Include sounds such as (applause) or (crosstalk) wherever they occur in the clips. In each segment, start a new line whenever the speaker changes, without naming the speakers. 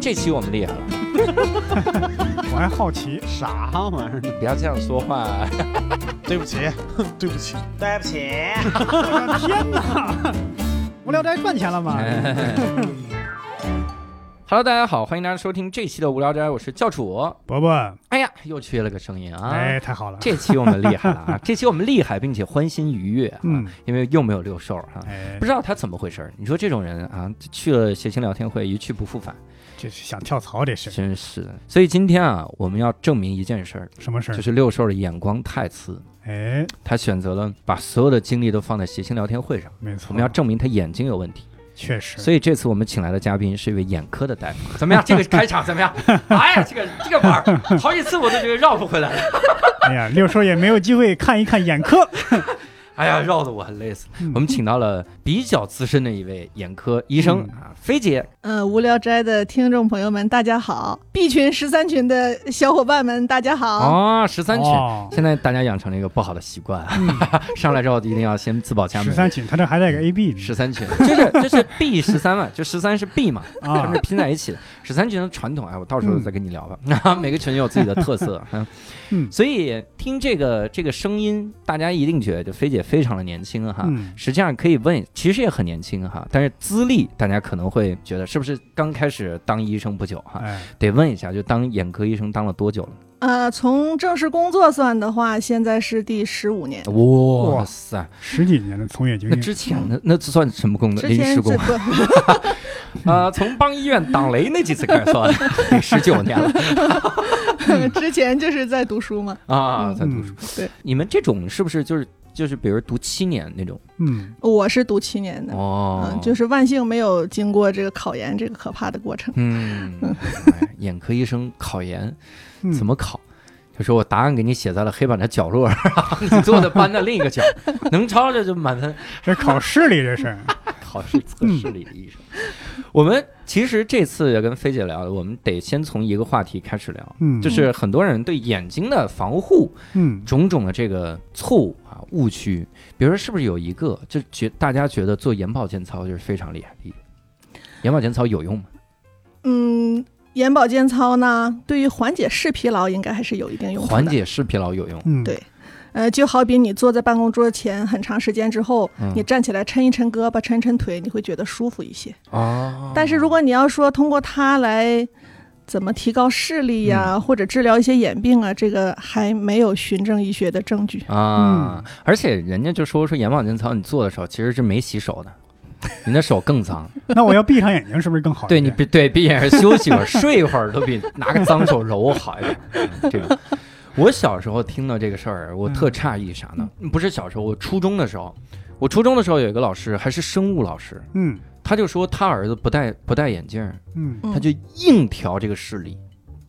这期我们厉害了，
我还好奇，
啥玩意儿？
你不要这样说话。
对不起， (laughs) 对不起，
对不起，
我
啊
的 (laughs) 天哪！无聊斋赚钱了吗？
(laughs) 哎 Hello，大家好，欢迎大家收听这期的无聊斋，我是教主。
伯伯，
哎呀，又缺了个声音啊！
哎，太好了，
这期我们厉害了 (laughs) 啊！这期我们厉害，并且欢欣愉悦啊，
嗯
因为又没有六兽啊。
哎
不，知道他怎么回事儿，你说这种人啊，去了谐星聊天会一去不复返，
这是想跳槽这事，
真是的。所以今天啊，我们要证明一件事儿，
什么事儿
就？是六兽的眼光太次，
哎，
他选择了把所有的精力都放在谐星聊天会上。
没错，
我们要证明他眼睛有问题，
确实，
所以这次我们请来的嘉宾是一位眼科的大嗯 (laughs) 夫。怎么样？这个开场怎么 (laughs) 样？哎呀，这个这个玩儿，好几次我都觉得绕不回来 (laughs) 了。
哎呀，六叔也没有机会看一看眼科，
哎呀，绕得我很累死
嗯。
我们请到了比较资深的一位眼科医生
嗯
啊，菲姐。
呃，无聊斋的听众朋友们，大家好！B 群、十三群的小伙伴们，大家好。
哦，十三群。
哦嗯
现在大家养成了一个不好的习惯， (laughs) 上来之后一定要先自报家
十
门。
三寝，他这还带个 AB 呢
十三群 (laughs) 就是就是 B 十三嘛，就十三是 B 嘛，他
啊
们是，拼在一起的。十三群的传统，哎，我到时候再跟你聊吧。 (laughs) 啊，每个群有自己的特色，嗯
嗯
(laughs) 所以听这个这个声音，大家一定觉得菲姐非常的年轻哈。
嗯，
实际上可以问，其实也很年轻哈，但是资历大家可能会觉得是不是刚开始当医生不久哈？
哎，
得问一下，就当眼科医生当了多久了？
呃，从正式工作算的话，现在是第十五年。
哇塞，
十几年的从业经
那
验，
之前那那算什么工作？
之
嗯临
前
时工
这不，
啊，从帮医院挡雷那几次开始算，
(laughs)
得十九年了
(laughs) 之前就是在读书嘛。
啊，在读书。
嗯
你们这种是不是就是就是，比如读七年那种？
嗯，
我是读七年的，嗯、
哦，
就是万幸没有经过这个考研这个可怕的过程。
嗯，
(laughs)
哎眼科医生考研
嗯
怎么考？就说我答案给你写在了黑板的角落， (laughs) 你坐在班的另一个角，能抄着就满分。
这考试里这
(laughs)
事儿，
考试测试里的医生，我们其实这次要跟菲姐聊，我们得先从一个话题开始聊，
嗯，
就是很多人对眼睛的防护
嗯
种种的这个错误啊误区，比如说是不是有一个就觉大家觉得做眼保健操就是非常厉害的一个，眼保健操有用吗？
嗯，眼保健操呢，对于缓解视疲劳应该还是有一定用处的。
缓解视疲劳有用，
嗯，
对呃，就好比你坐在办公桌前很长时间之后，
嗯
你站起来抻一抻胳膊、抻一抻腿，你会觉得舒服一些。
哦
但是如果你要说通过它来怎么提高视力呀、
嗯
或者治疗一些眼病啊，这个还没有循证医学的证据。嗯
啊，而且人家就说说眼保健操你做的时候其实是没洗手的，你的手更脏。
那我要闭上眼睛是不是更好一
对
点？
你闭对闭眼休息会儿， (laughs) 睡一会儿都比拿个脏手揉好一
(laughs)
点。嗯这种，我小时候听到这个事儿，我
嗯
特诧异啥呢？不是小时候，我初中的时候，我初中的时候有一个老师，还是生物老师，
嗯
他就说他儿子不戴不戴眼镜儿，
嗯
嗯
他就硬调这个视力，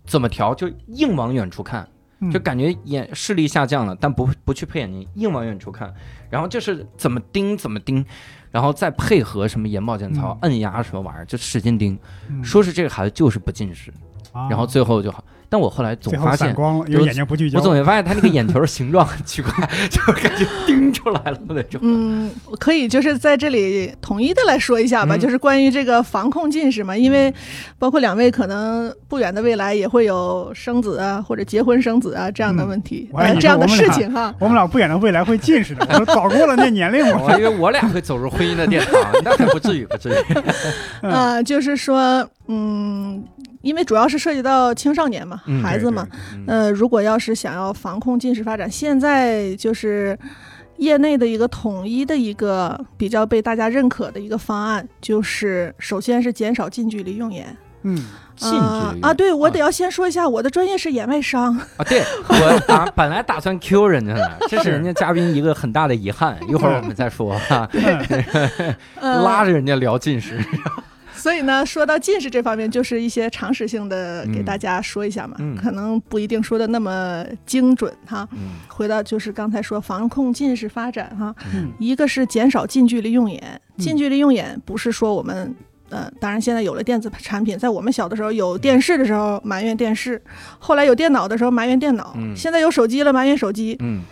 怎么调就硬往远处看，
嗯，
就感觉眼视力下降了，但不不去配眼镜，硬往远处看，然后就是怎么盯怎么盯，然后再配合什么眼保健操
嗯、
按压什么玩意儿，就使劲盯。
嗯，
说是这个孩子就是不近视，
啊
然后最后就好。但我后来总
最后
发
散
现，
光了，因为眼睛不聚焦，
我总会发现他那个眼球形状很奇怪，就感觉盯出来了那
(laughs)
种。
嗯，我可以就是在这里统一的来说一下吧，
嗯
就是关于这个防控近视嘛，因
嗯
为包括两位可能不远的未来也会有生子啊或者结婚生子啊这样的
嗯
问题，
我还以
呃，
为
这样的
我们
事
俩
情哈、
我们俩不远的未来会近
(laughs)
视的，我说早过了那年龄，我
哦我以为我俩会走入婚姻的殿堂，那还不至于，不
(laughs)
至于。
嗯
啊、就是说，嗯，因为主要是涉及到青少年嘛，
嗯
孩子嘛，，
嗯
呃，如果要是想要防控近视发展，现在就是业内的一个统一的一个比较被大家认可的一个方案，就是首先是减少近距离用眼。
嗯
近距离
啊
用
啊，对我
啊
得要先说一下，我的专业是眼外伤。
啊，对我打本来打算 Q 人家
(laughs)
的，这是人家嘉宾一个很大的遗憾，一会儿我们再说哈，
呃、
拉着人家聊近
(laughs)
视。
所以呢，说到近视这方面，就是一些常识性的给
嗯
大家说一下嘛，
嗯
可能不一定说的那么精准哈。
嗯
回到就是刚才说防控近视发展哈，
(laughs) 嗯
一个是减少近距离用眼，
嗯
近距离用眼不是说我们。呃，当然，现在有了电子产品，在我们小的时候有电视的时候埋怨电视，后来有电脑的时候埋怨电脑，
嗯
现在有手机了埋怨手机。
嗯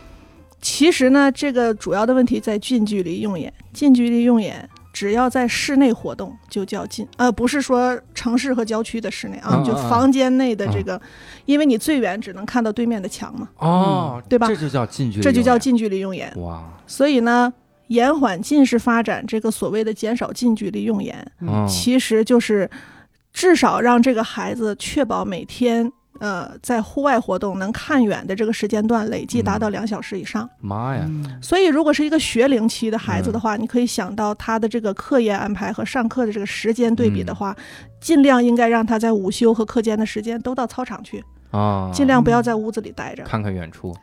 其实呢，这个主要的问题在近距离用眼。近距离用眼只要在室内活动就叫禁，呃，不是说城市和郊区的室内啊，
嗯
就
嗯嗯
房间内的这个，因为你最远只能看到对面的墙嘛，
哦，
嗯对吧
这就叫近距离，
这就叫。近距离用眼。
哇，
所以呢，延缓近视发展这个所谓的减少近距离用眼，
嗯，
其实就是至少让这个孩子确保每天。呃，在户外活动能看远的这个时间段累计达到两小时以上，
妈哎呀，
嗯
所以如果是一个学龄期的孩子
嗯
的话，你可以想到他的这个课业安排和上课的这个时间对比的话，尽量应该让他在午休和课间的时间都到操场去，
啊，
尽量不要在屋子里待着。
看看远处，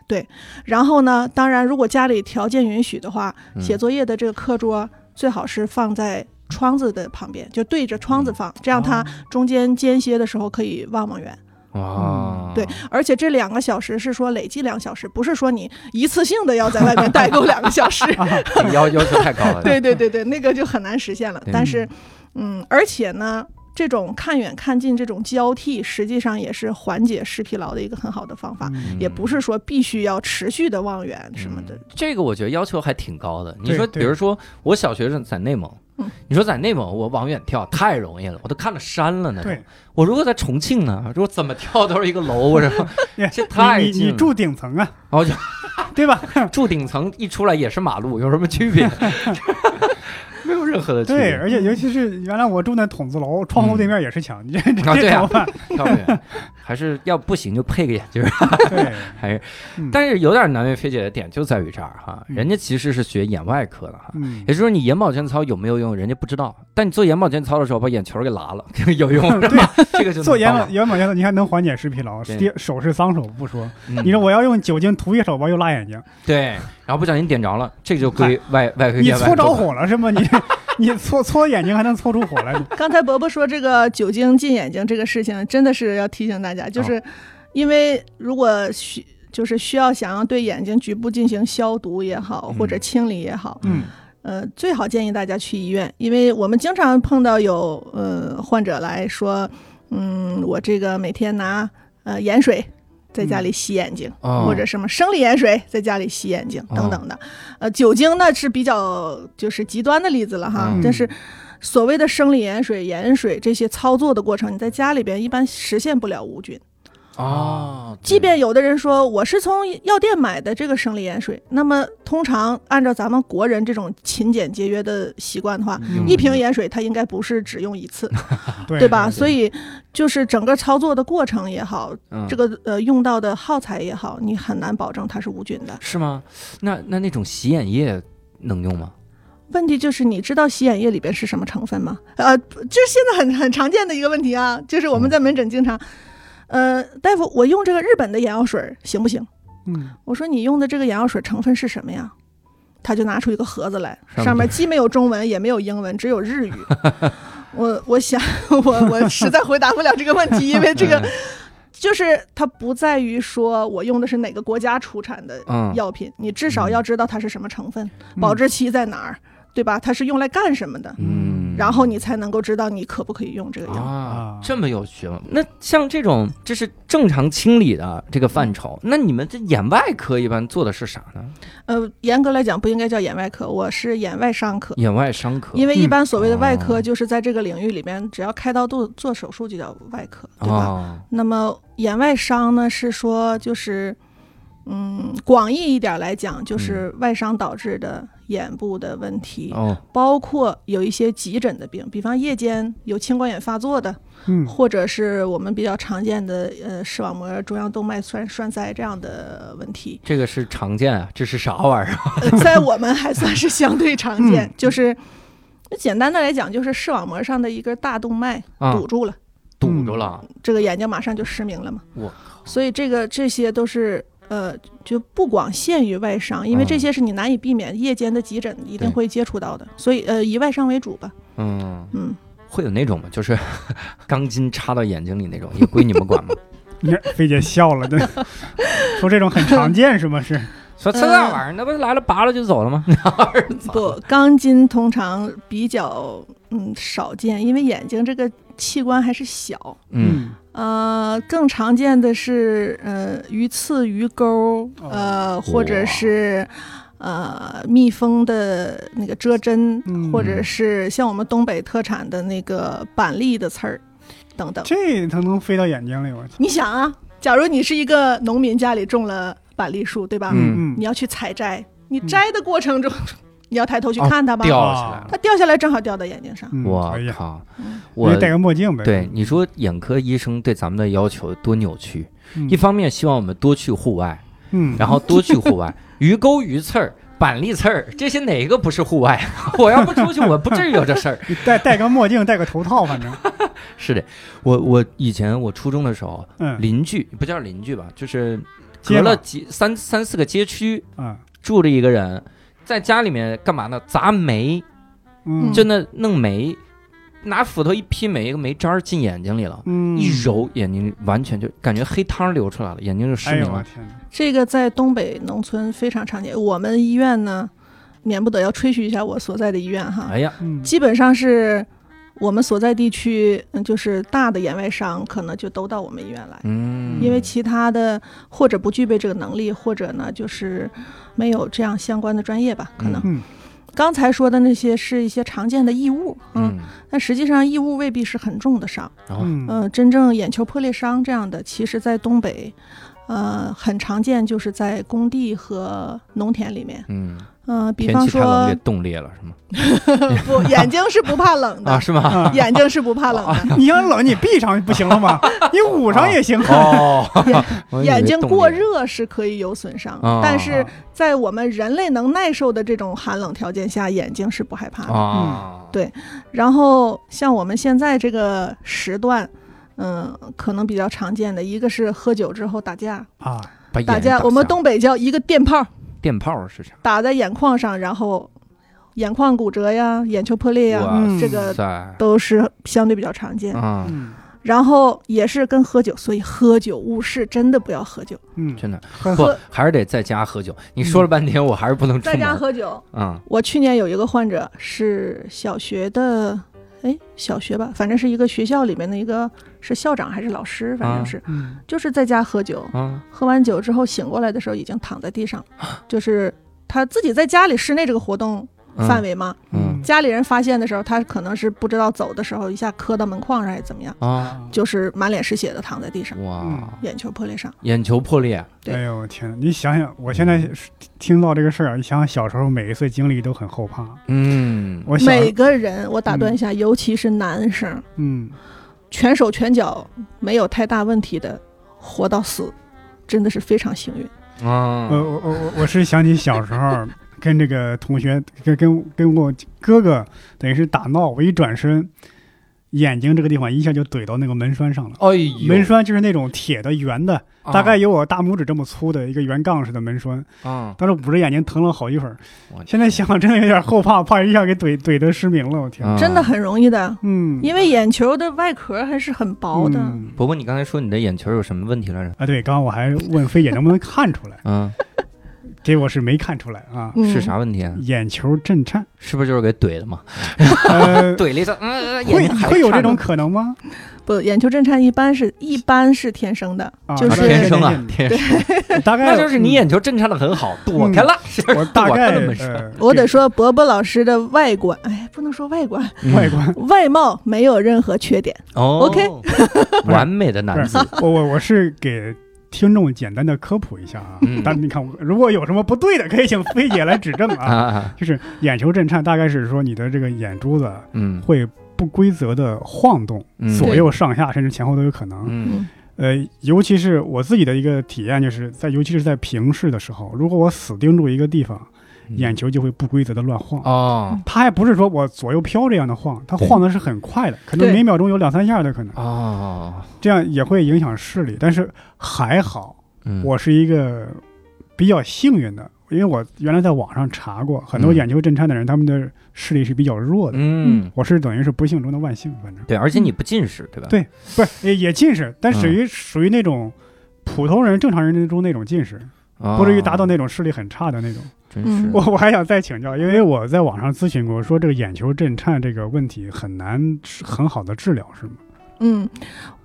然后呢，当然如果家里条件允许的话，
嗯
写作业的这个课桌最好是放在。窗子的旁边，就对着窗子放，这样
哦
他中间间歇的时候可以望望远。
哇，
嗯对，而且这两个小时是说累计两小时，不是说你一次性的要在外面待够两个小
(laughs)
时。
啊要要求太高了。
对对对对，那个就很难实现了
对。
但是，嗯，而且呢，这种看远看近这种交替，实际上也是缓解视疲劳的一个很好的方法。
嗯，
也不是说必须要持续的望远什么的
嗯，这个我觉得要求还挺高的。你
对
说，比
对
如说我小学生在内蒙
嗯，
你说在内蒙我往远跳太容易了，我都看到山了呢。
对，
我如果在重庆呢，如果怎么跳都是一个楼，
(laughs)
我说
你
这太
你
近
你
了
你住顶层啊，
哦就
(laughs)
(laughs)
对吧？
住顶层一出来也是马路，有什么区别？ (laughs) 没有任何的区
对，
别。
而且尤其是原来我住那筒子楼，窗户对面也是墙，你 (laughs) 这这
嗯啊对
这
啊
怎么
(laughs)
办？
跳不远，还是要不行就配个眼镜儿。 (laughs)
对，
还是
嗯，
但是有点难为菲姐的点就在于这儿哈，
嗯
人家其实是学眼外科的哈，
嗯
也，就是说，你眼保健操有没有用，人家不知道。但你做眼保健操的时候，把眼球给拉了， (laughs) 有用，是
(laughs)
吧？这个就能
做眼
帮
保
忙
眼保健操，你看能缓解视疲劳，
对
跌手是脏手不说，
嗯
你说我要用酒精涂一手吧，又辣眼
(laughs)
睛，
对，然后不小心点着了，这个就归外外科
你
院外
搓着
科
火了是吗？
(laughs)
你你搓搓眼睛还能搓出火来？
刚才伯伯说这个酒精进眼睛这个事情，真的是要提醒大家，就是因为如果需就是需要想要对眼睛局部进行消毒也好，或者
嗯
清理也好，
嗯
呃，最好建议大家去医院，因为我们经常碰到有呃患者来说，嗯，我这个每天拿呃盐水在家里洗眼睛，
哦
或者什么生理盐水在家里洗眼睛等等的。呃，酒精呢是比较就是极端的例子了哈，
嗯
但是所谓的生理盐水、盐水这些操作的过程，你在家里边一般实现不了无菌。
哦，
啊即便有的人说我是从药店买的这个生理盐水，那么通常按照咱们国人这种勤俭节约的习惯的话，
嗯
一瓶盐水它应该不是只用一次，
嗯
对
对吧？所以就是整个操作的过程也好，
嗯
这个呃用到的耗材也好，你很难保证它是无菌的。
是吗？那那那种洗眼液能用吗？
问题就是你知道洗眼液里边是什么成分吗？呃，这是现在很很常见的一个问题啊，就是
嗯
我们在门诊经常，呃，大夫，我用这个日本的眼药水行不行？
嗯，
我说你用的这个眼药水成分是什么呀？他就拿出一个盒子来，
上面
上面既没有中文，也没有英文，只有
(laughs)
日语。我我想， (laughs) 我我实在回答不了这个问
(laughs)
题，因为这个就是它不在于说我用的是哪个国家出产的
嗯，
药品，你至少要知道它是什么成分，
嗯
保质期在哪儿，对吧？它是用来干什么的，
嗯，
然后你才能够知道你可不可以用这个药。
啊
啊，
这么有学问。那像这种这是正常清理的这个范畴，那你们这眼外科一般做的是啥呢？
呃，严格来讲不应该叫眼外科，我是眼外伤科。
眼外伤科，
因为一
嗯
般所谓的外科，
哦
就是在这个领域里边，只要开刀做做手术就叫外科，对吧？
哦，
那么眼外伤呢，是说就是，嗯，广义一点来讲，
嗯
就是外伤导致的眼部的问题，
哦，
包括有一些急诊的病，比方夜间有青光眼发作的，
嗯
或者是我们比较常见的呃视网膜中央动脉栓栓塞这样的问
(laughs)
题。
这个是常见啊，这是啥玩意儿啊？
呃，在我们还算是相对常见，
嗯
就是简单的来讲，就是视网膜上的一根大动脉
啊嗯
堵住了，
堵着了，
这个眼睛马上就失明了嘛。
我
所以这个这些都是呃，就不光限于外伤，因为
嗯
这些是你难以避免，夜间的急诊一定
对
会接触到的，所以呃，以外伤为主吧。
嗯，
嗯，
会有那种吗？就是 (laughs) 钢筋插到眼睛里那种，也归你们管吗？
你看 (laughs) 菲姐笑
(laughs)
了，对，说这种很常见是吗？是，
(laughs) 说这玩意儿，那不是来了拔了就走了 (laughs) 吗？
不，钢筋通常比较嗯少见，因为眼睛这个器官还是小。
嗯，
呃，更常
哦
见的是呃鱼刺、鱼钩，呃，或者是呃密封的那个遮针，
嗯
或者是像我们东北特产的那个板栗的刺儿等等。
这它能飞到眼睛里，我操！
你想啊，假如你是一个农民，家里种了板栗树，对吧？
嗯
嗯
你要去采摘，你摘的过程中， (laughs) 你要抬头去
哦
看它吧，
掉下来了。
它掉下来正好掉到眼睛上。
嗯，
我
哎呀，
靠！
嗯
你
我
就戴个墨镜呗。
对你说，眼科医生对咱们的要求多扭曲。
嗯，
一方面希望我们多去户外，
嗯，
然后多去户 (laughs) 外，鱼钩、鱼刺儿、板栗刺儿，这些哪一个不是户外？ (laughs) 我要不出去，我不至于有这事儿。
你戴戴个墨镜，戴个头套，反正
是的，我我以前我初中的时候，啊 (laughs)
嗯
邻居不叫邻居吧，就是
街
隔了
坊
几三三四个街区
啊，
住着一个人，在家里面干嘛呢？砸煤，
嗯，
就那弄煤，拿斧头一劈煤，一个煤渣儿进眼睛里了。
嗯
一揉眼睛，完全就感觉黑汤流出来了，眼睛就失
哎
明
呦我
了。
天哪！
这个在东北农村非常常见。我们医院呢，免不得要吹嘘一下我所在的医院哈，
哎呀，
嗯
基本上是我们所在地区，嗯，就是大的眼外伤可能就都到我们医院来。
嗯，
因为其他的或者不具备这个能力，或者呢就是没有这样相关的专业吧，可能。
嗯
刚才说的那些是一些常见的异物，
嗯，
但实际上异物未必是很重的伤，
然后
嗯
嗯、真正眼球破裂伤这样的，其实在东北，呃，很常见，就是在工地和农田里面，
嗯，
嗯、比
天
方
气太冷
说嗯呃
给，冻裂了是吗？
不，眼睛是不怕冷
啊，
的，
是吗？
啊
(laughs) 眼睛是不怕 (laughs) 冷的，
你想冷你闭上不行
(laughs)
了吗？你捂上也行啊。
哦，我以为
嗯眼睛
冻
过
裂
热是可以有损伤，
哦
但是在我们人类能耐受的这种寒冷条件下，眼睛是不害怕的。
啊，
嗯对然后像我们现在这个时段，嗯，可能比较常见的一个是喝酒之后打架，
哦
啊，
把眼
打
睛
架我们
瞎了
东北叫一个电炮，
电炮是啥？
打在眼眶上，然后眼眶骨折呀、眼球破裂呀，
哇
嗯
这个
在
都是相对比较常见。
啊，
嗯
然后也是跟喝酒，所以喝酒误事，真的不要喝酒，
嗯，
真的
喝
不还是得在家喝酒。你说了半天，我还是不能出
在家
门。
喝酒。
嗯
我去年有一个患者是小学的，哎，小学吧，反正是一个学校里面的一个是校长还是老师，反
啊
正是、
嗯
就是在家喝酒，
嗯
喝完酒之后醒过来的时候已经躺在地上，
啊
就是他自己在家里室内这个活动
嗯
范围嘛，
嗯
家里人发现的时候，他可能是不知道走的时候一下磕到门框上还是怎么样，
嗯
啊，
就是满脸是血的躺在地上，
哇，
眼球破裂伤。
眼球破裂，
对
哎呦我天哪！你想想，我现在听到这个事儿啊，你想想小时候每一次经历都很后怕。
嗯，
我小
每个人，我打断一下，尤其是男生，
嗯，
全手全脚没有太大问题的活到死，真的是非常幸运。
啊
我，我我我我是想起小时候跟这个同学 (laughs) 跟跟跟我哥哥等于是打闹，我一转身，眼睛这个地方一下就怼到那个门栓上了。
哎呦，
门栓就是那种铁的圆的，
啊
大概有我大拇指这么粗的一个圆杠似的门栓，
啊，
当时捂着眼睛疼了好一会儿。
我
现在想想真的有点后怕，怕一下给怼怼得失明了，我天！
啊
真的很容易的，
嗯，
因为眼球的外壳还是很薄的。
嗯
伯伯，你刚才说你的眼球有什么问题来着？
啊，对，刚刚我还问飞姐能不能看出来，
嗯，
结果是没看出来啊，
嗯
是？啥问题？啊？
眼球震颤，
是不是就是给怼的嘛？ (laughs)
呃，
怼了一下，嗯，嗯
会
眼睛还
会有这
颤
种
着
可能吗？
不，眼球震颤一般是一般是天生的，
啊
就
啊
是
天生啊，天生，
大概
那就是你眼球震颤的很好，躲开了，是
嗯我
(laughs)
大
我
概
这么说
呃
我得
这
说伯伯老师的外观，哎，不能说外观，
外观，
外貌没有任何缺点。
嗯哦
OK
完美的男
(laughs)
子，
我我我是给。听众简单的科普一下啊
嗯，
但你看，如果有什么不对的，可以请飞姐来指正啊。
啊，
就是眼球震颤，大概是说你的这个眼珠子
嗯，
会不规则的晃动，
嗯
左右上下甚至前后都有可能。
嗯，
呃，尤其是我自己的一个体验，就是在尤其是在平视的时候，如果我死盯住一个地方，嗯
嗯
眼球就会不规则的乱晃。
哦
它还不是说我左右飘这样的晃，它
对
晃的是很快的，可能
对
每秒钟有两三下的可能，
哦，
这样也会影响视力。但是还好，
嗯
我是一个比较幸运的，因为我原来在网上查过，很多
嗯
眼球震颤的人，他们的视力是比较弱的。
嗯，
我是等于是不幸中的万幸，反正
对，而且你不近视对吧？
对不是也也近视，
嗯
但属于属于那种普通人、正常人中那种近视。
哦，
不至于达到那种视力很差的那种。
真是
嗯
我我还想再请教，因为我在网上咨询过，说这个眼球震颤这个问题很难治很好的治疗，是吗？
嗯，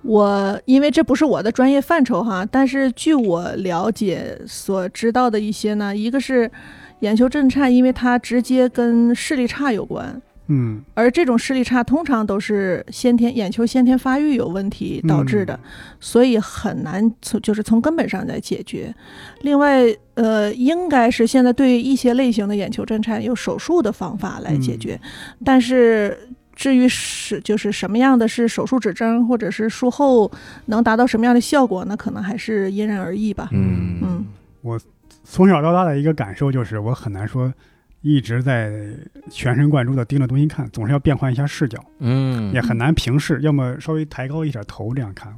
我因为这不是我的专业范畴哈，但是据我了解所知道的一些呢，一个是眼球震颤，因为它直接跟视力差有关，
嗯
而这种视力差通常都是先天眼球先天发育有问题导致的，所以很难从就是从根本上来解决。另外，呃，应该是现在对一些类型的眼球震颤有手术的方法来解决，但是。至于是就是什么样的是手术指征，或者是术后能达到什么样的效果，那可能还是因人而异吧。
嗯
嗯，
从小到大的一个感受就是，我很难说一直在全神贯注的盯着东西看，总是要变换一下视角，
嗯
也很难平视，要么稍微抬高一点头这样看。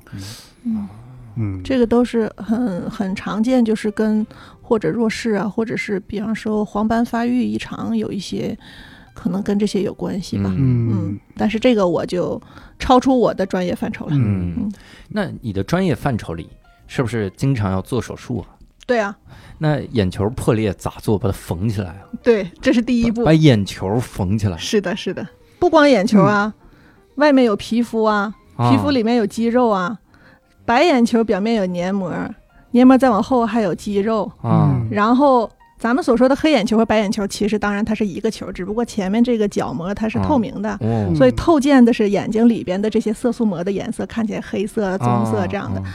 嗯
嗯，
这个都是很很常见，就是跟或者弱视啊，或者是比方说黄斑发育异常有一些，可能跟这些有关系吧。嗯
嗯
但是这个我就超出我的专业范畴了。
嗯
嗯，
那你的专业范畴里是不是经常要做手术啊？
对啊，
那眼球破裂咋做？把它缝起来啊？
对，这是第一步
把。眼球缝起来，
是的，是的，不光眼球啊，外面有皮肤啊，皮肤里面有肌肉啊，白眼球表面有黏膜，黏膜再往后还有肌肉，
啊，
嗯
然后咱们所说的黑眼球和白眼球，其实当然它是一个球，只不过前面这个角膜它是透明的，
哦
嗯
所以透见的是眼睛里边的这些色素膜的颜色，看起来黑色、棕色这样的。
啊啊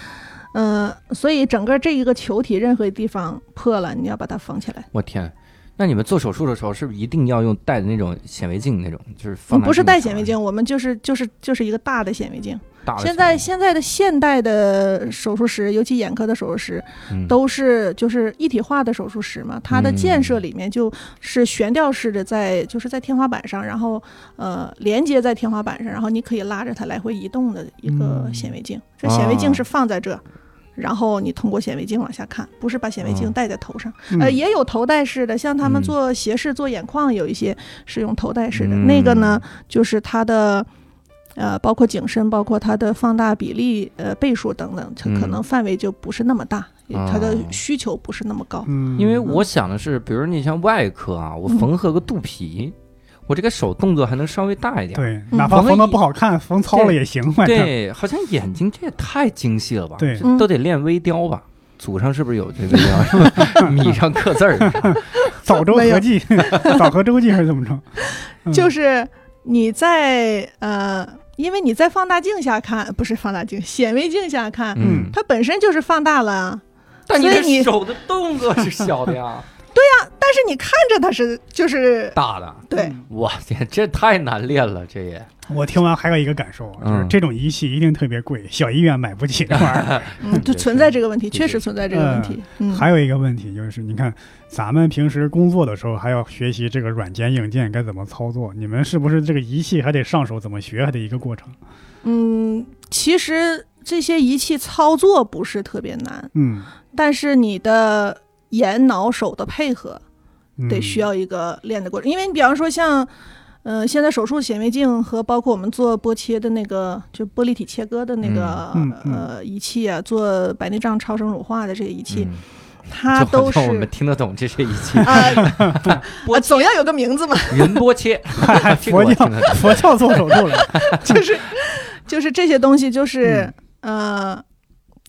嗯、所以整个这一个球体任何地方破了，你要把它缝起来。
我天！那你们做手术的时候，是不是一定要用戴的那种显微镜那种？就是
我
放
们嗯不是
大
带
镜
显微镜，我们就是就是就是一个大的显微镜。
大的显
现
微
在
镜
现在的现代的手术室，尤其眼科的手术室，
嗯
都是就是一体化的手术室嘛，它的建
嗯
设里面就是悬吊式的在，就是在天花板上，然后呃连接在天花板上，然后你可以拉着它来回移动的一个
嗯
显微镜。这显微镜
啊
是放在这，然后你通过显微镜往下看，不是把显微镜
嗯
戴在头上。
嗯
呃，也有头戴式的，像他们
嗯
做斜视、做眼眶，有一些是用头戴式的。
嗯
那个呢，就是它的呃，包括景深，包括它的放大比例、呃倍数等等，它可
嗯
能范围就不是那么大，也它的
哦
需求不是那么高。
嗯，
因为我想的是，比如你像外科啊，我
嗯
缝合个肚皮，我这个手动作还能稍微大一点。
对，
嗯
哪怕缝
缝
的
个
不好看，缝糙了也行，反正
对，好像眼睛这也太精细了吧？
对
这
嗯
都得练微雕吧？祖上是不是有这
(laughs)
微雕？是吧米上刻字儿，
早周合计， (laughs) 早合周计还是怎么着？嗯
就是你在呃，因为你在放大镜下看，不是放大镜，显微镜下看，
嗯，
它本身就是放大了啊。
但你
所以
这
你
手的动作是小的
(laughs)
呀，
但是你看着它是就是
大的，
对，
我天，这太难练了，这也
我听完还有一个感受，啊就是
嗯
这种仪器一定特别贵，小医院买不起这
(laughs)
玩意儿。
嗯，就
也
存
是
在这个问题，
也
确
是
实存在这个问题。嗯，
还有一个问题就是，你看咱们平时工作的时候还要学习这个软件硬件该怎么操作，你们是不是这个仪器还得上手怎么学，还得一个过程？
嗯，其实这些仪器操作不是特别难，
嗯，
但是你的眼脑手的配合
嗯
得需要一个练的过程，因为你比方说像。嗯、现在手术显微镜和包括我们做波切的那个，就玻璃体切割的那个、
嗯嗯嗯
呃仪器啊，做白内障超声乳化的这些仪器，
嗯
它
就
都
好
是
像我们听得懂，这是一期 (laughs)
啊，我总要有个名字嘛， (laughs)
仁波切， (laughs) 这个
佛
我
教
听得懂
佛教做手术了，
就是就是这些东西，就是、
嗯
呃，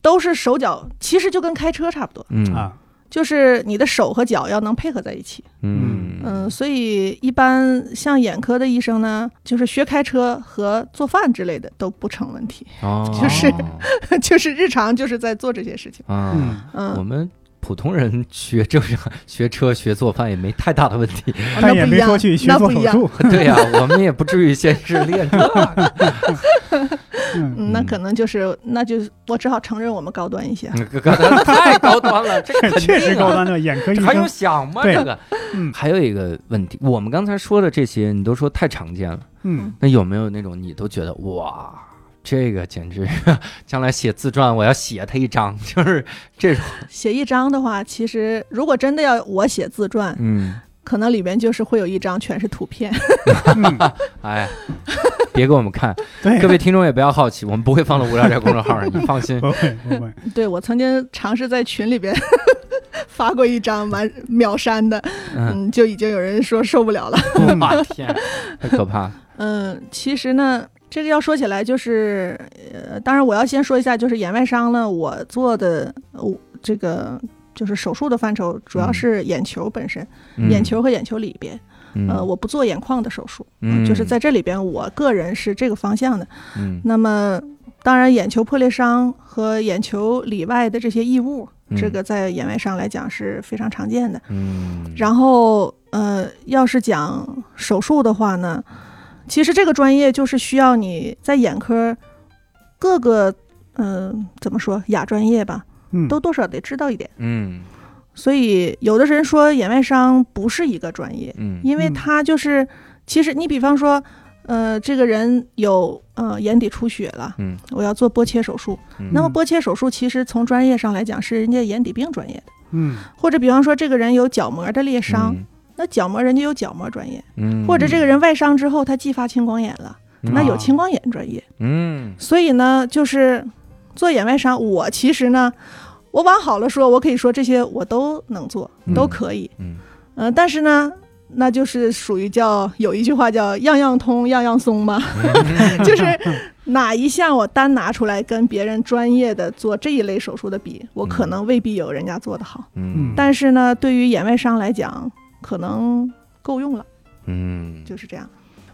都是手脚，其实就跟开车差不多，
嗯
啊，
就是你的手和脚要能配合在一起。
嗯
嗯，所以一般像眼科的医生呢，就是学开车和做饭之类的都不成问题， (laughs)
哦
就是就是日常就是在做这些事情。
啊，
嗯，
我
嗯，
们普通人学正常学车学做饭也没太大的问 (laughs) 题，
但
哦那
也
不一
没
样
说去，学
那
做
不
手
一样。
术，
对呀，我们也不至于先是练这个，
(laughs)
嗯，
嗯，那
嗯
可能就是，那就是我只好承认我们高端一些。
(laughs) 刚才太高端了，这肯定啊
确实高端的眼科医
这还用
生，
想吗？
对
这个
嗯
还有一个问题，我们刚才说的这些，你都说太常见了，
嗯，
那有没有那种你都觉得哇？这个简直， (laughs) 将来写自传我要写他一张， (laughs) 就是这种，
写一章的话，其实如果真的要我写自传，
嗯，
可能里面就是会有一章全是图片。 (laughs)
嗯
哎，别给我们看，
对，
各位听众也不要好奇，我们不会放到无聊斋公众号上，你放
(laughs)
心。
不会
(laughs)
不会，
对我曾经尝试在群里边 (laughs) 发过一张完秒删的，
嗯，
嗯，就已经有人说受不了了。
嗯
我天，太可怕。
嗯，其实呢，这个要说起来就是，呃，当然我要先说一下，就是眼外伤呢，我做的我这个就是手术的范畴主要
嗯
是眼球本身，
嗯
眼球和眼球里边，
嗯
呃，我不做眼眶的手术，就是在这里边，我个人是这个方向的。
嗯
那么，当然，眼球破裂伤和眼球里外的这些异物，这个在眼外伤来讲是非常常见的。
嗯，
然后，呃，要是讲手术的话呢，其实这个专业就是需要你在眼科各个，嗯、怎么说亚专业吧，
嗯，
都多少得知道一点。
嗯
所以，有的人说眼外伤不是一个专业，
嗯
因为
嗯
它就是，其实你比方说，呃，这个人有呃眼底出血了，
嗯，
我要做波切手术。
嗯
那么波切手术其实从专业上来讲是人家眼底病专业的，
嗯
或者比方说这个人有角膜的裂伤，，那角膜人家有角膜专业，
嗯，
或者这个人外伤之后他继发青光眼了，那有
啊
青光眼专业。
嗯
所以呢，就是做眼外伤，我其实呢，我往好了说，我可以说这些我都能做，都
嗯
可以。
嗯
呃，但是呢，那就是属于叫有一句话叫“样样通，样样
(laughs)
松”嘛，就是哪一项我单拿出来跟别人专业的做这一类手术的比，我可
嗯
能未必有人家做得好。
嗯，
但是呢，对于眼外伤来讲，可能够用了，
嗯，
就是这样。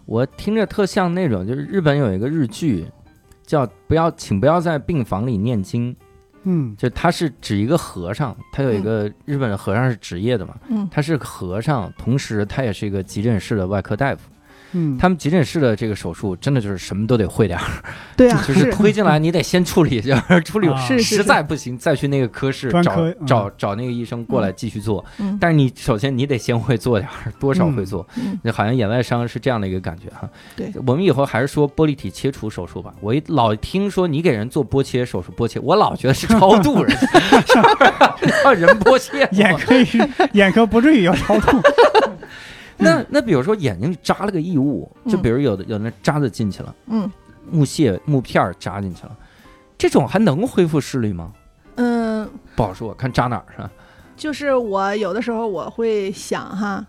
我听着特像那种，就是日本有一个日剧。叫不要，请不要在病房里念经。
嗯
就他是指一个和尚，他有一个日本的和尚是职业的嘛，
嗯
他是和尚，同时他也是一个急诊室的外科大夫。
嗯，
他们急诊室的这个手术真的就是什么都得会点儿，
对啊，
就是推进来你得先处理，就是处理
啊
是是
实在不行再去那个科室
专
找
科嗯
找找那个医生过来继续做。
嗯
但是你首先你得先会做点儿， (laughs) 多少会做。
嗯
那好像眼外伤是这样的一个感觉哈。
对
我们以后还是说玻璃体切除手术吧。我一老听说你给人做波切手术，波切，我老觉得是超度
(laughs)
人， (laughs) 是不是让人波切。
眼科也是眼科不至于要超度，
那那比如说眼睛里扎了个异物，就比如有的有的渣子进去了。
嗯
木屑、木片儿扎进去了，这种还能恢复视力吗？
嗯，
不好说，看扎哪儿是吧？
就是我有的时候我会想哈，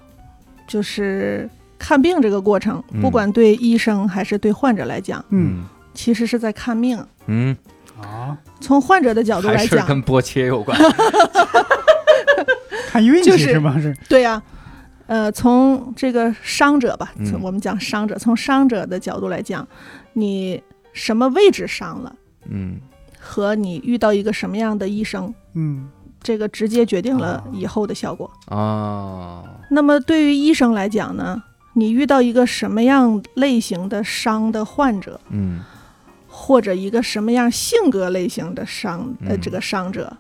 就是看病这个过程，不
嗯
管对医生还是对患者来讲。
嗯
其实是在看命。
嗯，
啊，
从患者的角度
还
来
是
讲，
跟波切有
(laughs)
关。
看运
就
气
是
是吧？是
对呀、呃，从这个伤者吧，从
嗯
我们讲伤者，从伤者的角度来讲，你什么位置伤了，
嗯
和你遇到一个什么样的医生，
嗯
这个直接决定了
啊
以后的效果。
哦，
那么对于医生来讲呢，你遇到一个什么样类型的伤的患者，
嗯
或者一个什么样性格类型的伤呃
嗯
这个伤者，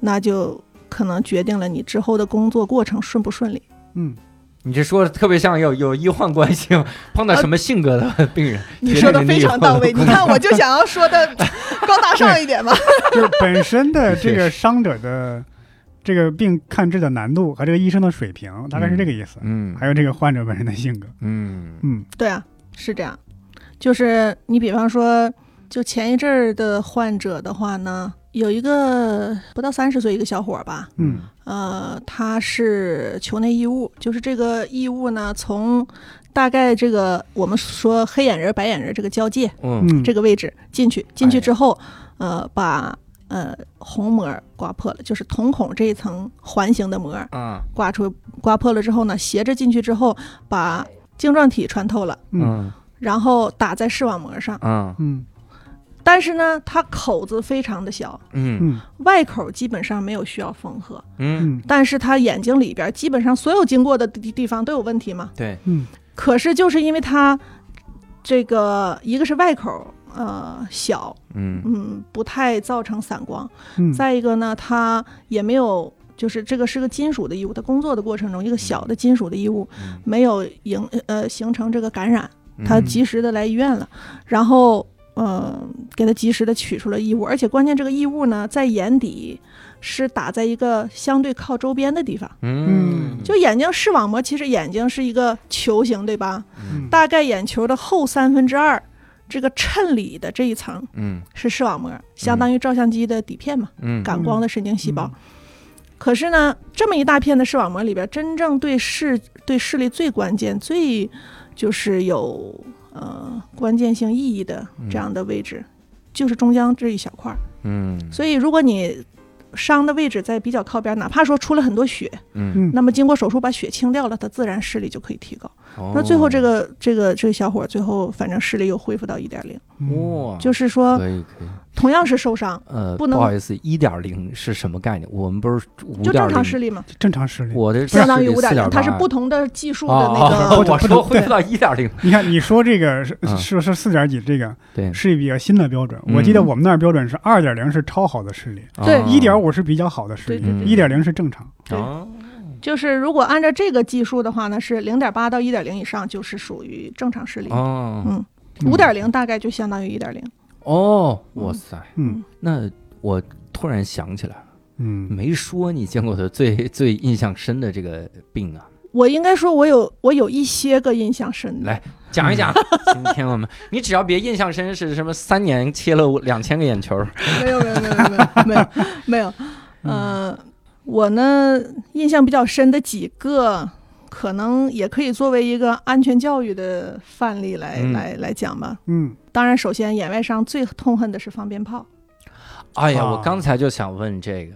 那就可能决定了你之后的工作过程顺不顺利。
嗯，
你这说的特别像有有医患关系， (laughs) 碰到什么性格的病人，
呃 (laughs) 你说的非常到位，
决定
你看我就想要说的高大上一 (laughs) 点嘛。
就是本身的这
确
个伤者的这个病看治的难度和这个医生的水平，大概是这个意思，
嗯
还有这个患者本身的性格，
(laughs) 嗯
嗯
对啊，是这样，就是你比方说，就前一阵儿的患者的话呢，有一个不到三十岁一个小伙儿吧，
嗯
呃，他是球内异物，就是这个异物呢，从大概这个我们说黑眼仁儿、白眼仁儿这个交界
嗯
嗯，
这
个
个位置进去，进
哎
去
呀
之后，呃，把呃虹膜儿刮破了，就是瞳孔这一层环形的膜儿
啊
刮出刮破了之后呢，斜着进去之后，把晶状体穿透了，
嗯
嗯
然后打在视网膜上。
啊
嗯
但是呢，它口子非常的小，
嗯
嗯
外口基本上没有需要缝合，
嗯，
嗯
但是它眼睛里边基本上所有经过的地地方都有问题嘛。
对，
嗯
可是就是因为它这个一个是外口呃小，
嗯
嗯，不太造成散光。
嗯，
再一个呢，它也没有，就是这个是个金属的异物，它工作的过程中一个小的金属的异物
嗯
没有影呃形成这个感染，
嗯
它及时的来医院了，然后呃给它及时的取出了异物，而且关键这个异物呢在眼底是打在一个相对靠周边的地方，
嗯
就眼睛视网膜其实眼睛是一个球形，对吧？
嗯
大概眼球的后三分之二。这个衬里的这一层
嗯
是视网膜，相当于照相机的底片嘛。
嗯
感光的神经细胞。
嗯
可是呢，这么一大片的视网膜里边，真正对视对视力最关键、最就是有呃关键性意义的这样的位置，就是中央这一小块儿。
嗯，
所以，如果你伤的位置在比较靠边，哪怕说出了很多血，
嗯， (laughs)
那么经过手术把血清掉了，他自然视力就可以提高。
哦
那最后这
个
个这个这个小伙儿最后反正视力又恢复到一点零，
嗯
哇，
就是说
可以可以，
同样是受伤，
呃，
不能
好意思，一点零是什么概念？我们不是五
就
点
正
零
常视，力嘛，
正常视力。
我的
相当于
视力
五点零，
4.8
它是不同的技术的
哦
那
哦哦
不
个。
同
我
不
说
同
恢复到一点零，
你看你说这个是
嗯
是是四点几，这个
对，
是比较新的标准。
嗯
我记得我们那儿标准是二点零是超好的视力，
对
哦
一点五是比较好的视
对
力，
对对，
一点零是正常。
对
哦
就是如果按照这个技术的话呢，是零点八到一点零以上就是属于正常视力，
哦
嗯五点零大概就相当于一点零。
哦，哇塞，
嗯
那我突然想起来了，
嗯，
没说你见过的最最印象深的这个病啊，
我应该说，我有我有一些个印象深的，
来讲一讲。今天我们，你只要别印象深是什么，三年切了两千个眼球，
没有没有没有没有
(laughs)
没有没有，
嗯
呃，我呢印象比较深的几个，可能也可以作为一个安全教育的范例来、
嗯
来来讲吧。
嗯
当然，首先眼外伤最痛恨的是放鞭炮，
哎呀，
啊
我刚才就想问这个，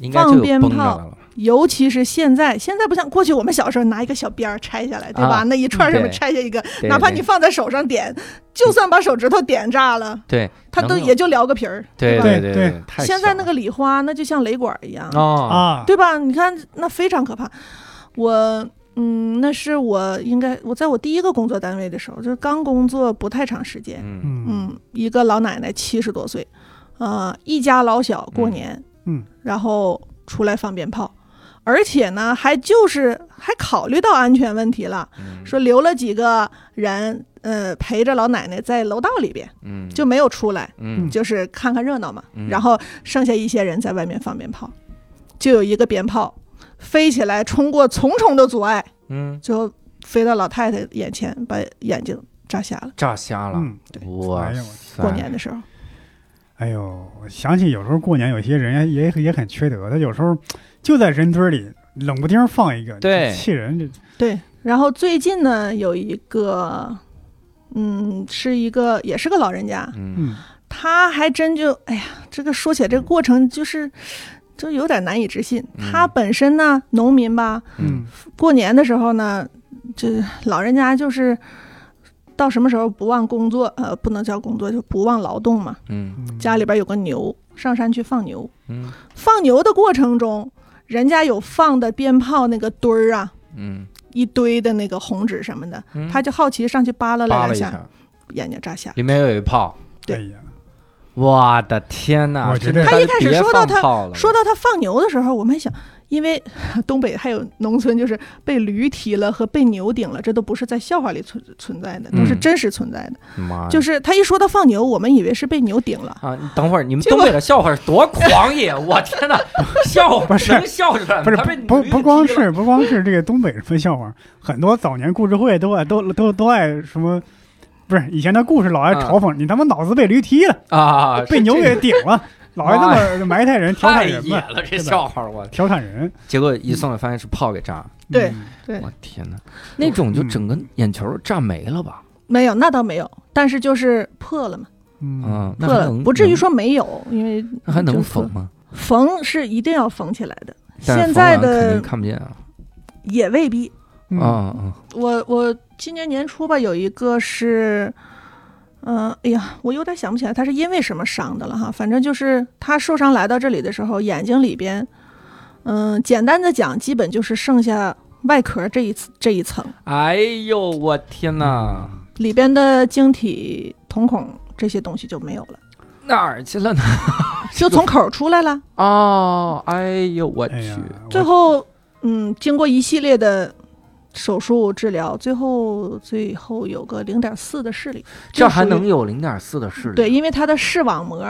应该就
放
有
鞭
绷着
炮
来了。
尤其是现在，现在不像过去我们小时候拿一个小鞭儿拆下来，对
啊
吧？那一串儿上面
对
拆下一个，
对
哪怕
对
你放在手上点，就算把手指头点炸了，
对，
它都
能有
也就聊个皮儿，
对
吧？
对
对
对
对，
太
现
小
在那
了
个礼花，那就像雷管儿一样，
哦
啊，
对吧？你看那非常可怕。我嗯，那是我应该我在我第一个工作单位的时候，就是刚工作不太长时间，
嗯
嗯
嗯，一个老奶奶七十多岁，呃，一家老小过年，
嗯嗯
然后出来放鞭炮。而且呢，还就是还考虑到安全问题了，
嗯
说留了几个人，呃，陪着老奶奶在楼道里边，
嗯
就没有出来。
嗯
就是看看热闹嘛。
嗯
然后剩下一些人在外面放鞭炮，就有一个鞭炮飞起来，冲过重重的阻碍，
嗯
最后飞到老太太眼前，把眼睛炸瞎了。
炸瞎了，
嗯，
哇
哎呦我
塞！
过年的时候，
哎呦，我想起有时候过年有些人也也也很缺德，他有时候就在人堆里冷不丁放一个，
对
气人这
对。然后最近呢，有一个，嗯，是一个也是个老人家，
嗯，
嗯
他还真就，哎呀，这个说起来这个过程就是。就有点难以置信。
嗯
他本身呢，农民吧，
嗯
嗯
过年的时候呢，这老人家就是到什么时候不忘工作，呃，不能叫工作，就不忘劳动嘛。
嗯
嗯
家里边有个牛，上山去放牛，
嗯
放牛的过程中，人家有放的鞭炮那个堆儿啊，
嗯
一堆的那个红纸什么的，
嗯，
他就好奇上去扒拉了
扒了
两
一
下，
下，
眼睛炸瞎。
里面有一炮，
对
哎呀，
我的天哪！
我觉
真
得
的
他一开始
别
说到
放
他
炮了
说到他放牛的时候，我们还想，因为 (laughs) 东北还有农村，就是被驴踢了和被牛顶了，这都不是在笑话里存存在的，都是
嗯
真实存在的。
妈呀，
就是他一说到放牛，我们以为是被牛顶了。
啊！你等会儿你们
结果
东北的笑话是多狂野！我天哪，笑
不是
能笑出来吗？
不是
他被
不
驴
不光
踢了
是不光是这个东北什么笑话，很多早年故事会都爱都都都爱什么。不是以前的故事老爱
啊
嘲讽、你他妈脑子被驴踢了，
啊，
被牛给顶
(laughs)
了，老爱那么埋汰人、调
太
侃人
野
嘛，
了，这
对吧
笑话我。
调侃人。
结果一送来发现是炮给炸了，
对
嗯
对
我天哪！那种就
嗯
整个眼球炸没了吧？
没有，那倒没有，但是就是破了嘛，
嗯，
嗯，那
破
还
了
能，
不至于
能
说没有，因为
那还
就
能
是
缝吗？
缝是一定要缝起来的。
但是
现
缝
在
完肯定
的
看不见啊
也未必。
嗯
啊啊！
我我今年年初吧，有一个是，嗯、哎呀，我有点想不起来他是因为什么伤的了哈，反正就是他受伤来到这里的时候，眼睛里边，嗯、简单的讲，基本就是剩下外壳这一这一层，
哎呦，我天哪！
嗯
里边的晶体、瞳孔这些东西就没有了，
哪儿去了呢？啊
就从口儿出来了。
哦，哎呦，我
哎呀
去！，
我
最后，嗯，经过一系列的手术治疗，最后最后有个零点四的视力，
这还
属于
能有零点四的视力？
对，，因为它的视网膜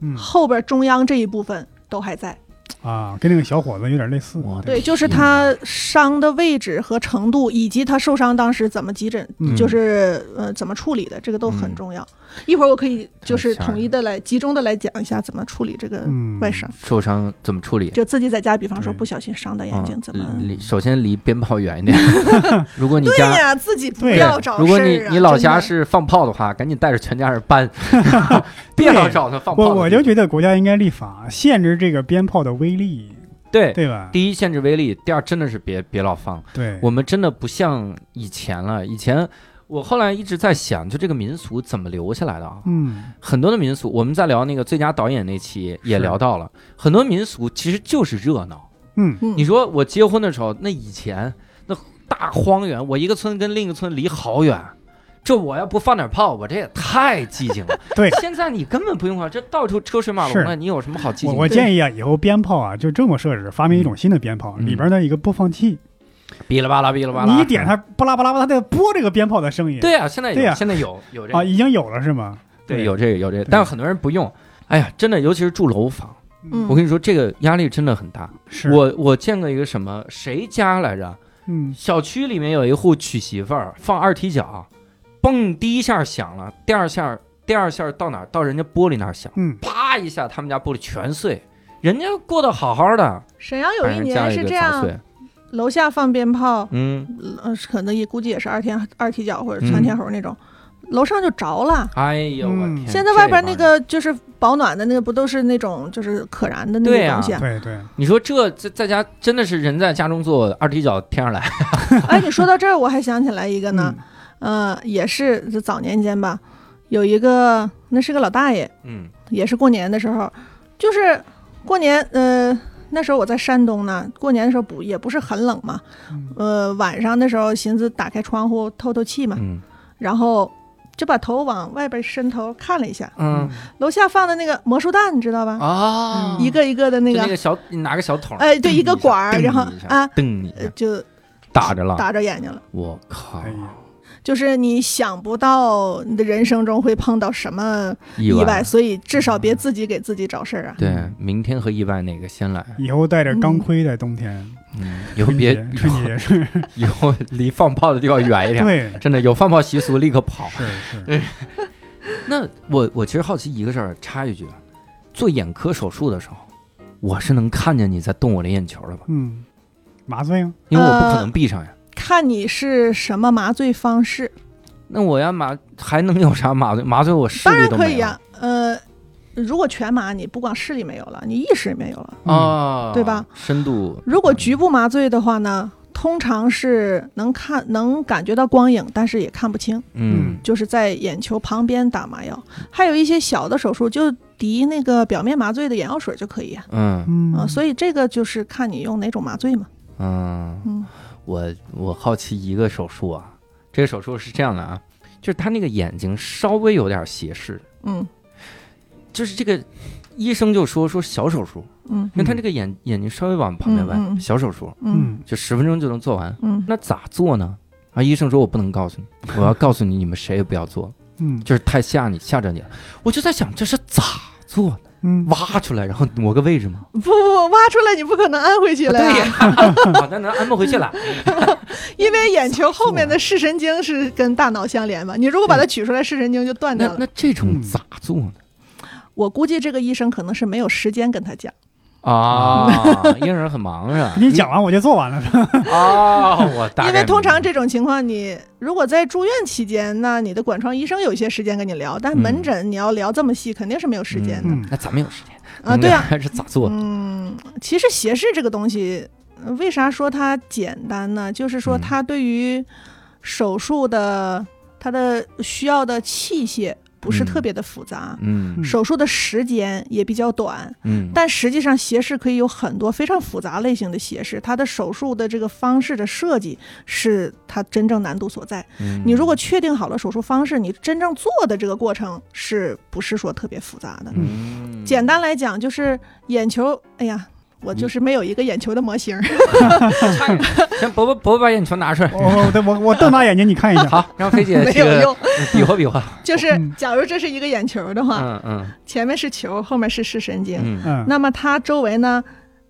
嗯
后边中央这一部分都还在，
啊，跟那个小伙子有点类似。嗯
我的
对，就是
天
它伤的位置和程度，以及它受伤当时怎么急诊，
嗯
就是呃怎么处理的，这个都
嗯
很重要。一会儿我可以就是
太吓人
统一的来集中的来讲一下怎么处理这个
嗯，
外伤，
受伤怎么处理？
就自己在家，比方说
对
不小心伤到眼
嗯
睛怎么？
离首先离鞭炮远一
(laughs)
点。如果你
对
家
呀，自己不
对
要找事儿啊！
如果你你老家
真的
是放炮的话，赶紧带着全家人
(laughs)
搬，别老找他放炮的地
我
方。
我就觉得国家应该立法限制这个鞭炮的威力，
对，
对吧？
第一限制威力，第二真的是别别老放。
对，
我们真的不像以前了，以前。我后来一直在想，就这个民俗怎么留下来的啊？
嗯，
很多的民俗，我们在聊那个最佳导演那期也
是
聊到了，很多民俗其实就是热闹。
嗯
嗯，
你说我结婚的时候，那以前那大荒原，我一个村跟另一个村离好远，这我要不放点炮，我这也太寂静了。
(laughs) 对
现在你根本不用放，这到处车水马龙啊，
是
你有什么好寂静
我
的
我？建议啊，以后鞭炮啊就这么设置，发明一种新的鞭炮，
嗯
里边的一个播放器，
哔啦吧啦，哔啦吧啦，
你一点它巴拉巴拉巴拉，它在播这个鞭炮的声音。
对呀、现在有，
对呀
现在有有这
啊，
个，
已经有了是吗？
对，有这个有这个，
对
但是很多人不用。哎呀，真的，尤其是住楼房，
嗯
我跟你说，这个压力真的很大。
是
我我见过一个什么谁家来着？
嗯
小区里面有一户娶媳妇儿放二踢脚，蹦第一下响了，第二下第二下到哪儿？到人家玻璃那儿响，
嗯，
啪一下他们家玻璃全碎，人家过得好好的，
沈阳有
把
一
人家
年
里
是
给
这
砸
样，
碎，
楼下放鞭炮，
嗯，
呃，可能也估计也是二天二踢脚或者
嗯
窜天猴那种，楼上就着了。
哎呦我
嗯
天！
现在
这
外边那
帮人，
个就是保暖的那个，不都是那种就是可燃的那
对
个
呀
东西啊？
对对，
你说这在在家真的是人在家中坐，二踢脚天上来，
哎，你说到这儿，我还想起来一个呢，
嗯
呃，也是这早年间吧，有一个那是个老大爷，
嗯
也是过年的时候，就是过年，呃，那时候我在山东呢，过年的时候不也不是很冷嘛，
嗯
呃，晚上的时候寻思打开窗户透透气嘛，
嗯
然后就把头往外边伸头看了一下，
嗯
楼下放的那个魔术蛋，你知道吧？
啊，
嗯一个一个的那
就
个，
那个小拿个小桶，
哎，对，
噔
一个
下
管儿，
噔
然后
一下
啊，
噔你一
呃
下
就
打着了，
打着眼睛了。
我靠
哎，呀，
就是你想不到你的人生中会碰到什么
意
意外，所以至少别自己给自己找事儿啊。
(laughs) 对，明天和意外哪个先来？
以后带着钢盔在冬天，
嗯，以后
春
别
节春节是，
(laughs) 以后离放炮的地方远一点。
对，
(laughs) 真的有放炮习俗，立刻
(laughs)
跑。
是是，
哎那我我其实好奇一个事儿，插一句，啊，做眼科手术的时候，我是能看见你在动我的眼球的吧？
嗯，麻醉啊吗？
因为我不可
呃
能闭上呀。
看你是什么麻醉方式，
那我要麻还能有啥麻醉？麻醉我视
当
力
然
都
可
没
以
了
啊。呃，如果全麻，你不光视力没有了，你意识也没有了。
啊
嗯对吧？
深度
如果局部麻醉的话呢，通常是能看能感觉到光影，但是也看不清。
嗯
就是在眼球旁边打麻药，还有一些小的手术就滴那个表面麻醉的眼药水就可以啊、
嗯
嗯
啊所以这个就是看你用哪种麻醉嘛。
嗯，
嗯
我我好奇一个手术啊，这个手术是这样的啊，就是他那个眼睛稍微有点斜视，
嗯
就是这个医生就说说小手术，
嗯
因为他这个眼眼睛稍微往旁边歪，
嗯嗯嗯
小手术
嗯
嗯，
就十分钟就能做完。
嗯
那咋做呢？啊，医生说我不能告诉
(laughs)
你，我要告诉你，你们谁也不要做，
嗯
就是太吓你吓着你了。我就在想这是咋做的？
嗯，
挖出来然后挪个位置吗？
不不不，挖出来你不可能安回去
啊
了
对呀
(laughs) 呀，，
好像能安不回去了。
因为眼球后面的视神经是跟大脑相连嘛。你如果把它取出来，视神经就断掉
那
了。
那这种
嗯
咋做呢？
我估计这个医生可能是没有时间跟他讲。
啊，因人很忙是吧？
你讲完我就做完了，
(laughs)
啊，我大概
因为通常
明白
这种情况，你如果在住院期间，那你的管创医生有一些时间跟你聊，但门诊你要聊这么细，肯定是没有时间的、
嗯那咱们有时间
啊。对
呀，
啊，
还 (laughs) 是咋做的？
嗯，其实斜视这个东西，呃为啥说它简单呢？就是说
嗯
它对于手术的它的需要的器械不是
嗯
特别的复杂，
嗯
手术的时间也比较短，
嗯，
但实际上，斜视可以有很多非常复杂类型的斜视，它的手术的这个方式的设计是它真正难度所在。
嗯
你如果确定好了手术方式，你真正做的这个过程是不是说特别复杂的？
嗯
简单来讲，就是眼球，哎呀，我就是没有一个眼球的模型。
嗯 (laughs) 先伯伯伯伯把眼球拿
(laughs)
出来，
我我哦我我我瞪大眼睛你看一下，
好，让菲姐
没
这
有
个
用，
比划
(laughs)
比划。
就是
嗯
假如这是一个眼球的话，
嗯嗯
前面是球，后面是视神经，
嗯
嗯，
那么它周围呢，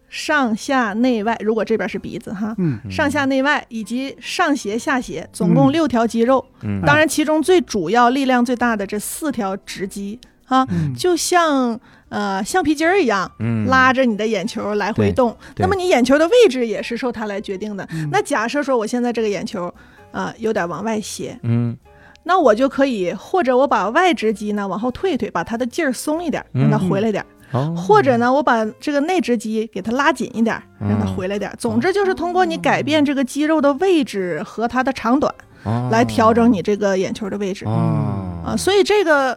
上下内外，如果这边是鼻子哈，
嗯
嗯
上下内外以及上斜下斜，总共
嗯
六条肌肉。
嗯
当然，其中最主要、力量最大的这四条直肌啊，
嗯，
就像呃橡皮筋儿一样。
嗯
拉着你的眼球来回
对
动，
对
那么你眼球的位置也是受它来决定的。
嗯
那假设说我现在这个眼球，啊，有点往外斜，
嗯
那我就可以或者我把外直肌呢往后退一退，把它的劲儿松一点儿，让它
嗯
回来点儿；
哦
或者呢，我把这个内直肌给它拉紧一点儿，让它
嗯
回来点儿。总之就是通过你改变这个肌肉的位置和它的长短
哦
来调整你这个眼球的位置
哦
啊。所以这个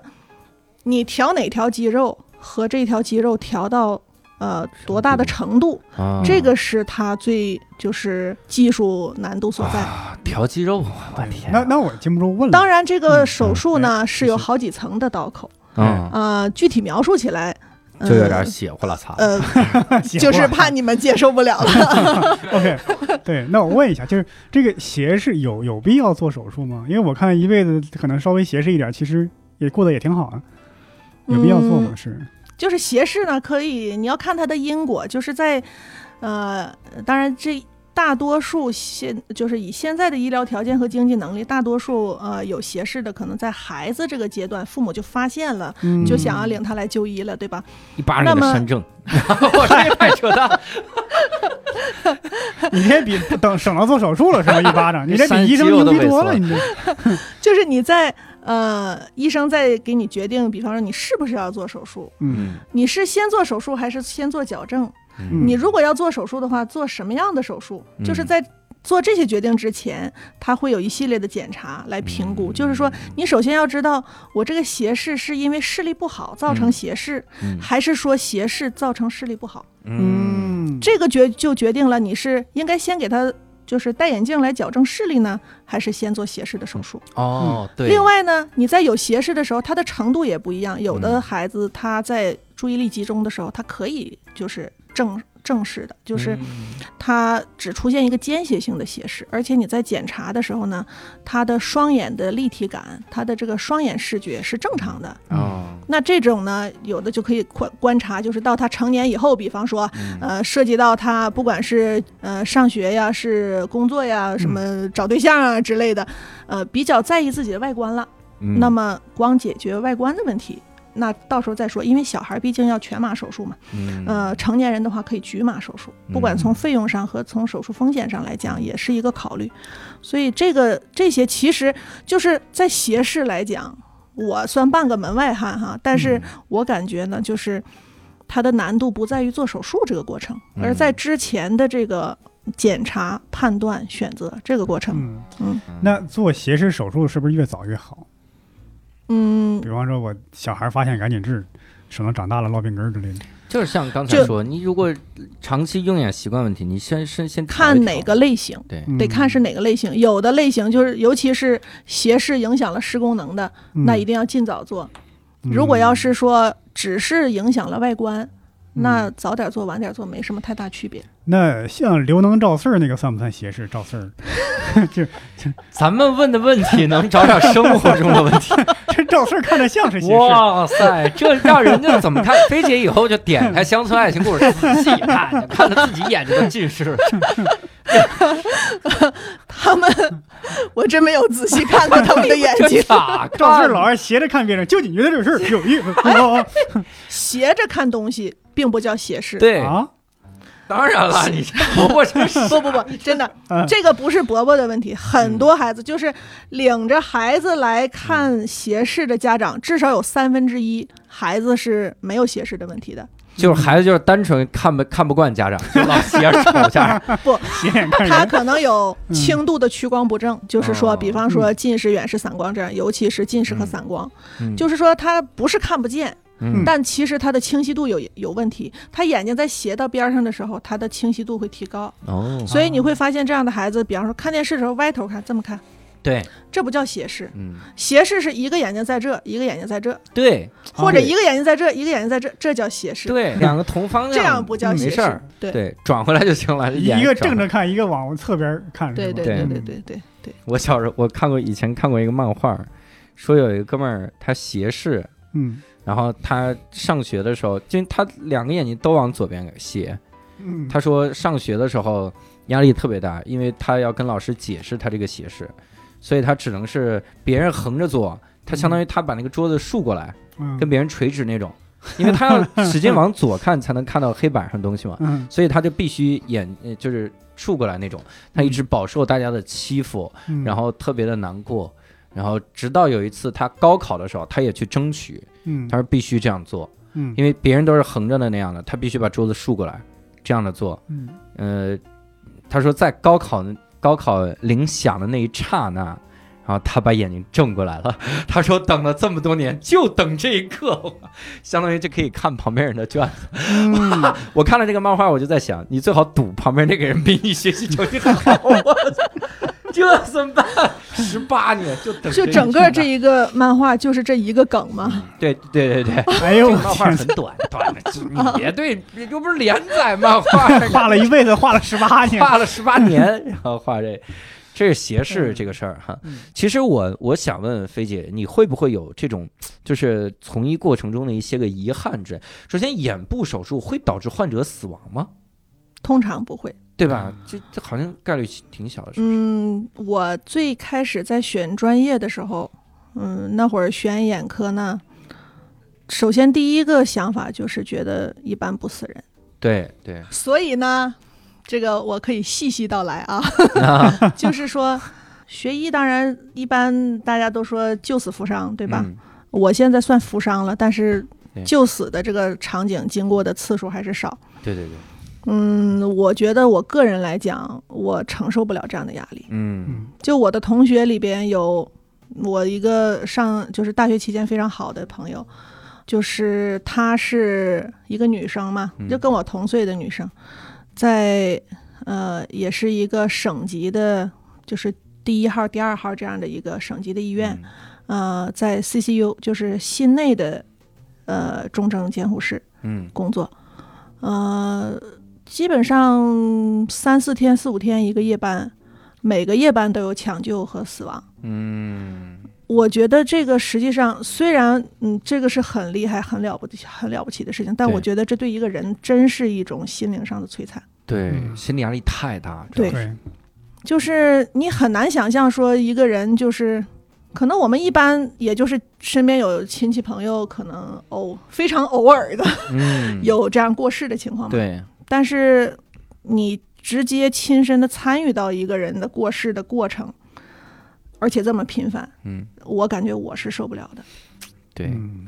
你调哪条肌肉和这条肌肉调到呃多大的程度，
哦
这个是它最就是技术难度所在。
啊调肌肉，我的天
那
啊，
那我禁不住问了，
当然，这个手
嗯
术呢是有
是
好几层的刀口，
嗯
呃，具体描述起来
就有点邪乎了，操！
呃，呃
(laughs)
邪
就是
乎啊
怕你们接受不了了。
OK，对，那我问一下，就是这个斜视有有必要做手术吗？因为我看一辈子可能稍微斜视一点，其实也过得也挺好啊，有必要做吗？
嗯
是，
就是斜视呢，可以你要看它的因果，就是在呃，当然这。大多数现就是以现在的医疗条件和经济能力，大多数呃有斜视的，可能在孩子这个阶段，父母就发现了，
嗯
就想要领他来就医了，对吧？
一巴掌给
那
他
么
扇
(laughs)
正，我这太扯淡了。
(laughs) 你这比等省了做手术了是吧？一巴掌，你
(laughs)
这比医生牛逼多了，你这
就是你在呃，医生在给你决定，比方说你是不是要做手术，
嗯
嗯
你是先做手术还是先做矫正？
嗯
你如果要做手术的话，做什么样的手术？就是
嗯
在做这些决定之前，他会有一系列的检查来评
嗯
估。就是说，你首先要知道，我这个斜视是因为视力不好造成
嗯
斜视，
嗯
还是说斜视造成视力不好？
嗯
嗯，
这个决就决定了你是应该先给他。就是戴眼镜来矫正视力呢，还是先做斜视的手术？
哦对，
嗯另外呢，你在有斜视的时候，他的程度也不一样。有的
嗯
孩子他在注意力集中的时候，他可以就是正正视的，就是
嗯
它只出现一个间歇性的斜视，而且你在检查的时候呢，它的双眼的立体感，它的这个双眼视觉是正常的。
哦
那这种呢，有的就可以观观察，就是到他成年以后，比方说，
嗯
呃，涉及到他不管是呃上学呀、是工作呀、什么找对象啊之类的，呃，比较在意自己的外观了。
嗯
那么光解决外观的问题，那到时候再说，因为小孩毕竟要全麻手术嘛。
嗯
呃，成年人的话可以局麻手术，
嗯
不管从费用上和从手术风险上来讲，也是一个考虑。所以这个这些其实就是在斜视来讲，我算半个门外汉哈，但
嗯
是我感觉呢，就是它的难度不在于做手术这个过程，
嗯
而在之前的这个检查、判断、选择这个过程。
嗯，
嗯
那做斜视手术是不是越早越好？
嗯
比方说我小孩发现赶紧治，省得长大了落病根儿之类的。
就是像刚才
就
说，你如果长期用眼习惯问题，你先先先调一
看
调
哪个类型。
对，
嗯
得看是哪个类型，有的类型就是，尤其是斜视影响了视功能的，
嗯，
那一定要尽早做。
嗯
如果要是说只是影响了外观，
嗯
那早点做晚点做没什么太大区别。 (laughs)
那像刘能赵四儿那个算不算斜视？赵四儿， (laughs) 这
咱们问的问题能找点生活中的问 (laughs) 题。
这赵四儿看着像是斜视，
哇塞， (laughs) 这让人家怎么看？菲姐以后就点开《乡村爱情故事》仔细看，看的自己眼睛都近
(laughs)
视了。
他们， (laughs) 我真没有仔细看过他们的眼
(laughs)
睛
真，傻看，
赵四儿老爱斜着看别人，就你觉得这事儿有意思哦
斜着看东西并不叫斜视。
对，
(laughs) 啊？
当然了，你这伯伯真是 (laughs)
不不不，真的
嗯，
这个不是伯伯的问题，很多孩
嗯
子就是领着孩子来看斜视的家长，至少有三分之一孩子是没有斜视的问题的。
就是孩子就是单纯看不看不惯家长，就老斜着瞅家长。
斜眼看
他
人，
可能有轻度的屈光不正，就是
嗯哦
说，比方说近视、远视、散光这样，尤其是近视和散光，
嗯
(laughs) 就是说他不是看不见，
嗯
但其实他的清晰度有有问题。他眼睛在斜到边上的时候，他的清晰度会提高，
哦，
所以你会发现这样的孩子，比方说看电视的时候歪头看，这么看，
对，
这不叫斜视。
嗯，
斜视是一个眼睛在这，一个眼睛在这，
对
或者
哦对
一个眼睛在这，一个眼睛在这，这叫斜视。
对，两个同方向，
这样不叫斜
没事
视
儿，。
对
对，转回来就行了。眼
一个正
转
着看，一个往侧边看，
对
是吧
对对对对对对，
我小时候我看过以前看过一个漫画儿，说有一个哥们儿他斜视，
嗯
然后他上学的时候，因为他两个眼睛都往左边斜，
嗯，
他说上学的时候压力特别大，因为他要跟老师解释他这个斜视，所以他只能是别人横着坐，他相当于他把那个桌子竖过来，
嗯
跟别人垂直那种，因为他
(laughs)
要使劲往左看才能看到黑板上的东西嘛，
嗯
所以他就必须眼呃就是竖过来那种，他一直饱受大家的欺负，
嗯，
然后特别的难过，然后直到有一次他高考的时候，他也去争取，
嗯
他说必须这样做，
嗯
因为别人都是横着的那样的，他必须把桌子竖过来，这样的做。
嗯
呃，他说在高考高考铃响的那一刹那，然后他把眼睛正过来了。 (laughs) 他说等了这么多年，就等这一刻， (laughs) 相当于就可以看旁边人的卷子。
嗯
我看了这个漫画，我就在想，你最好赌旁边那个人比你学习成绩好。我操这怎么办？十八年就等
就
一
整个
刹
这
那
一个漫画就是这一个梗嘛，
对对对对，
哎呦
这
我
个漫画
天
很短，短的，你别对，又不是连载漫画，
画了一辈子，画了十八
(laughs)
年，
画了十八年，然后画这，这是斜视这个事儿哈
嗯。
其实我我想问飞姐，你会不会有这种，就是从医过程中的一些个遗憾之类？首先，眼部手术会导致患者死亡吗？
通常不会。
对吧？
嗯
这这好像概率挺小的，是吧
嗯，我最开始在选专业的时候，嗯，那会儿选眼科呢，首先第一个想法就是觉得一般不死人，
对对，
所以呢，这个我可以细细道来啊，就是说。学医当然一般大家都说救死扶伤，对
对
吧？？我现在算扶伤了，但是
嗯对
救死的这个场景经过的次数还是少。
对对对，
嗯，我觉得我个人来讲，我承受不了这样的压力。
嗯
嗯
就我的同学里边有我一个上就是大学期间非常好的朋友，就是她是一个女生嘛
嗯，
就跟我同岁的女生，在呃也是一个省级的，就是第一号、第二号这样的一个省级的医院，呃，在 CCU 就是心内的呃重症监护室。
嗯
工作，呃，基本上三四天、四五天一个夜班，每个夜班都有抢救和死亡。
嗯
我觉得这个实际上虽然嗯，这个是很厉害、很了不起、很了不起的事情，但
对
我觉得这对一个人真是一种心灵上的摧残。
对，
嗯
心理压力太大，
对
对，
就是你很难想象说一个人就是。可能我们一般也就是身边有亲戚朋友，可能偶非常偶尔的
嗯，
有这样过世的情况吧。
对，
但是你直接亲身的参与到一个人的过世的过程，而且这么频繁，
嗯
我感觉我是受不了的。
对，
嗯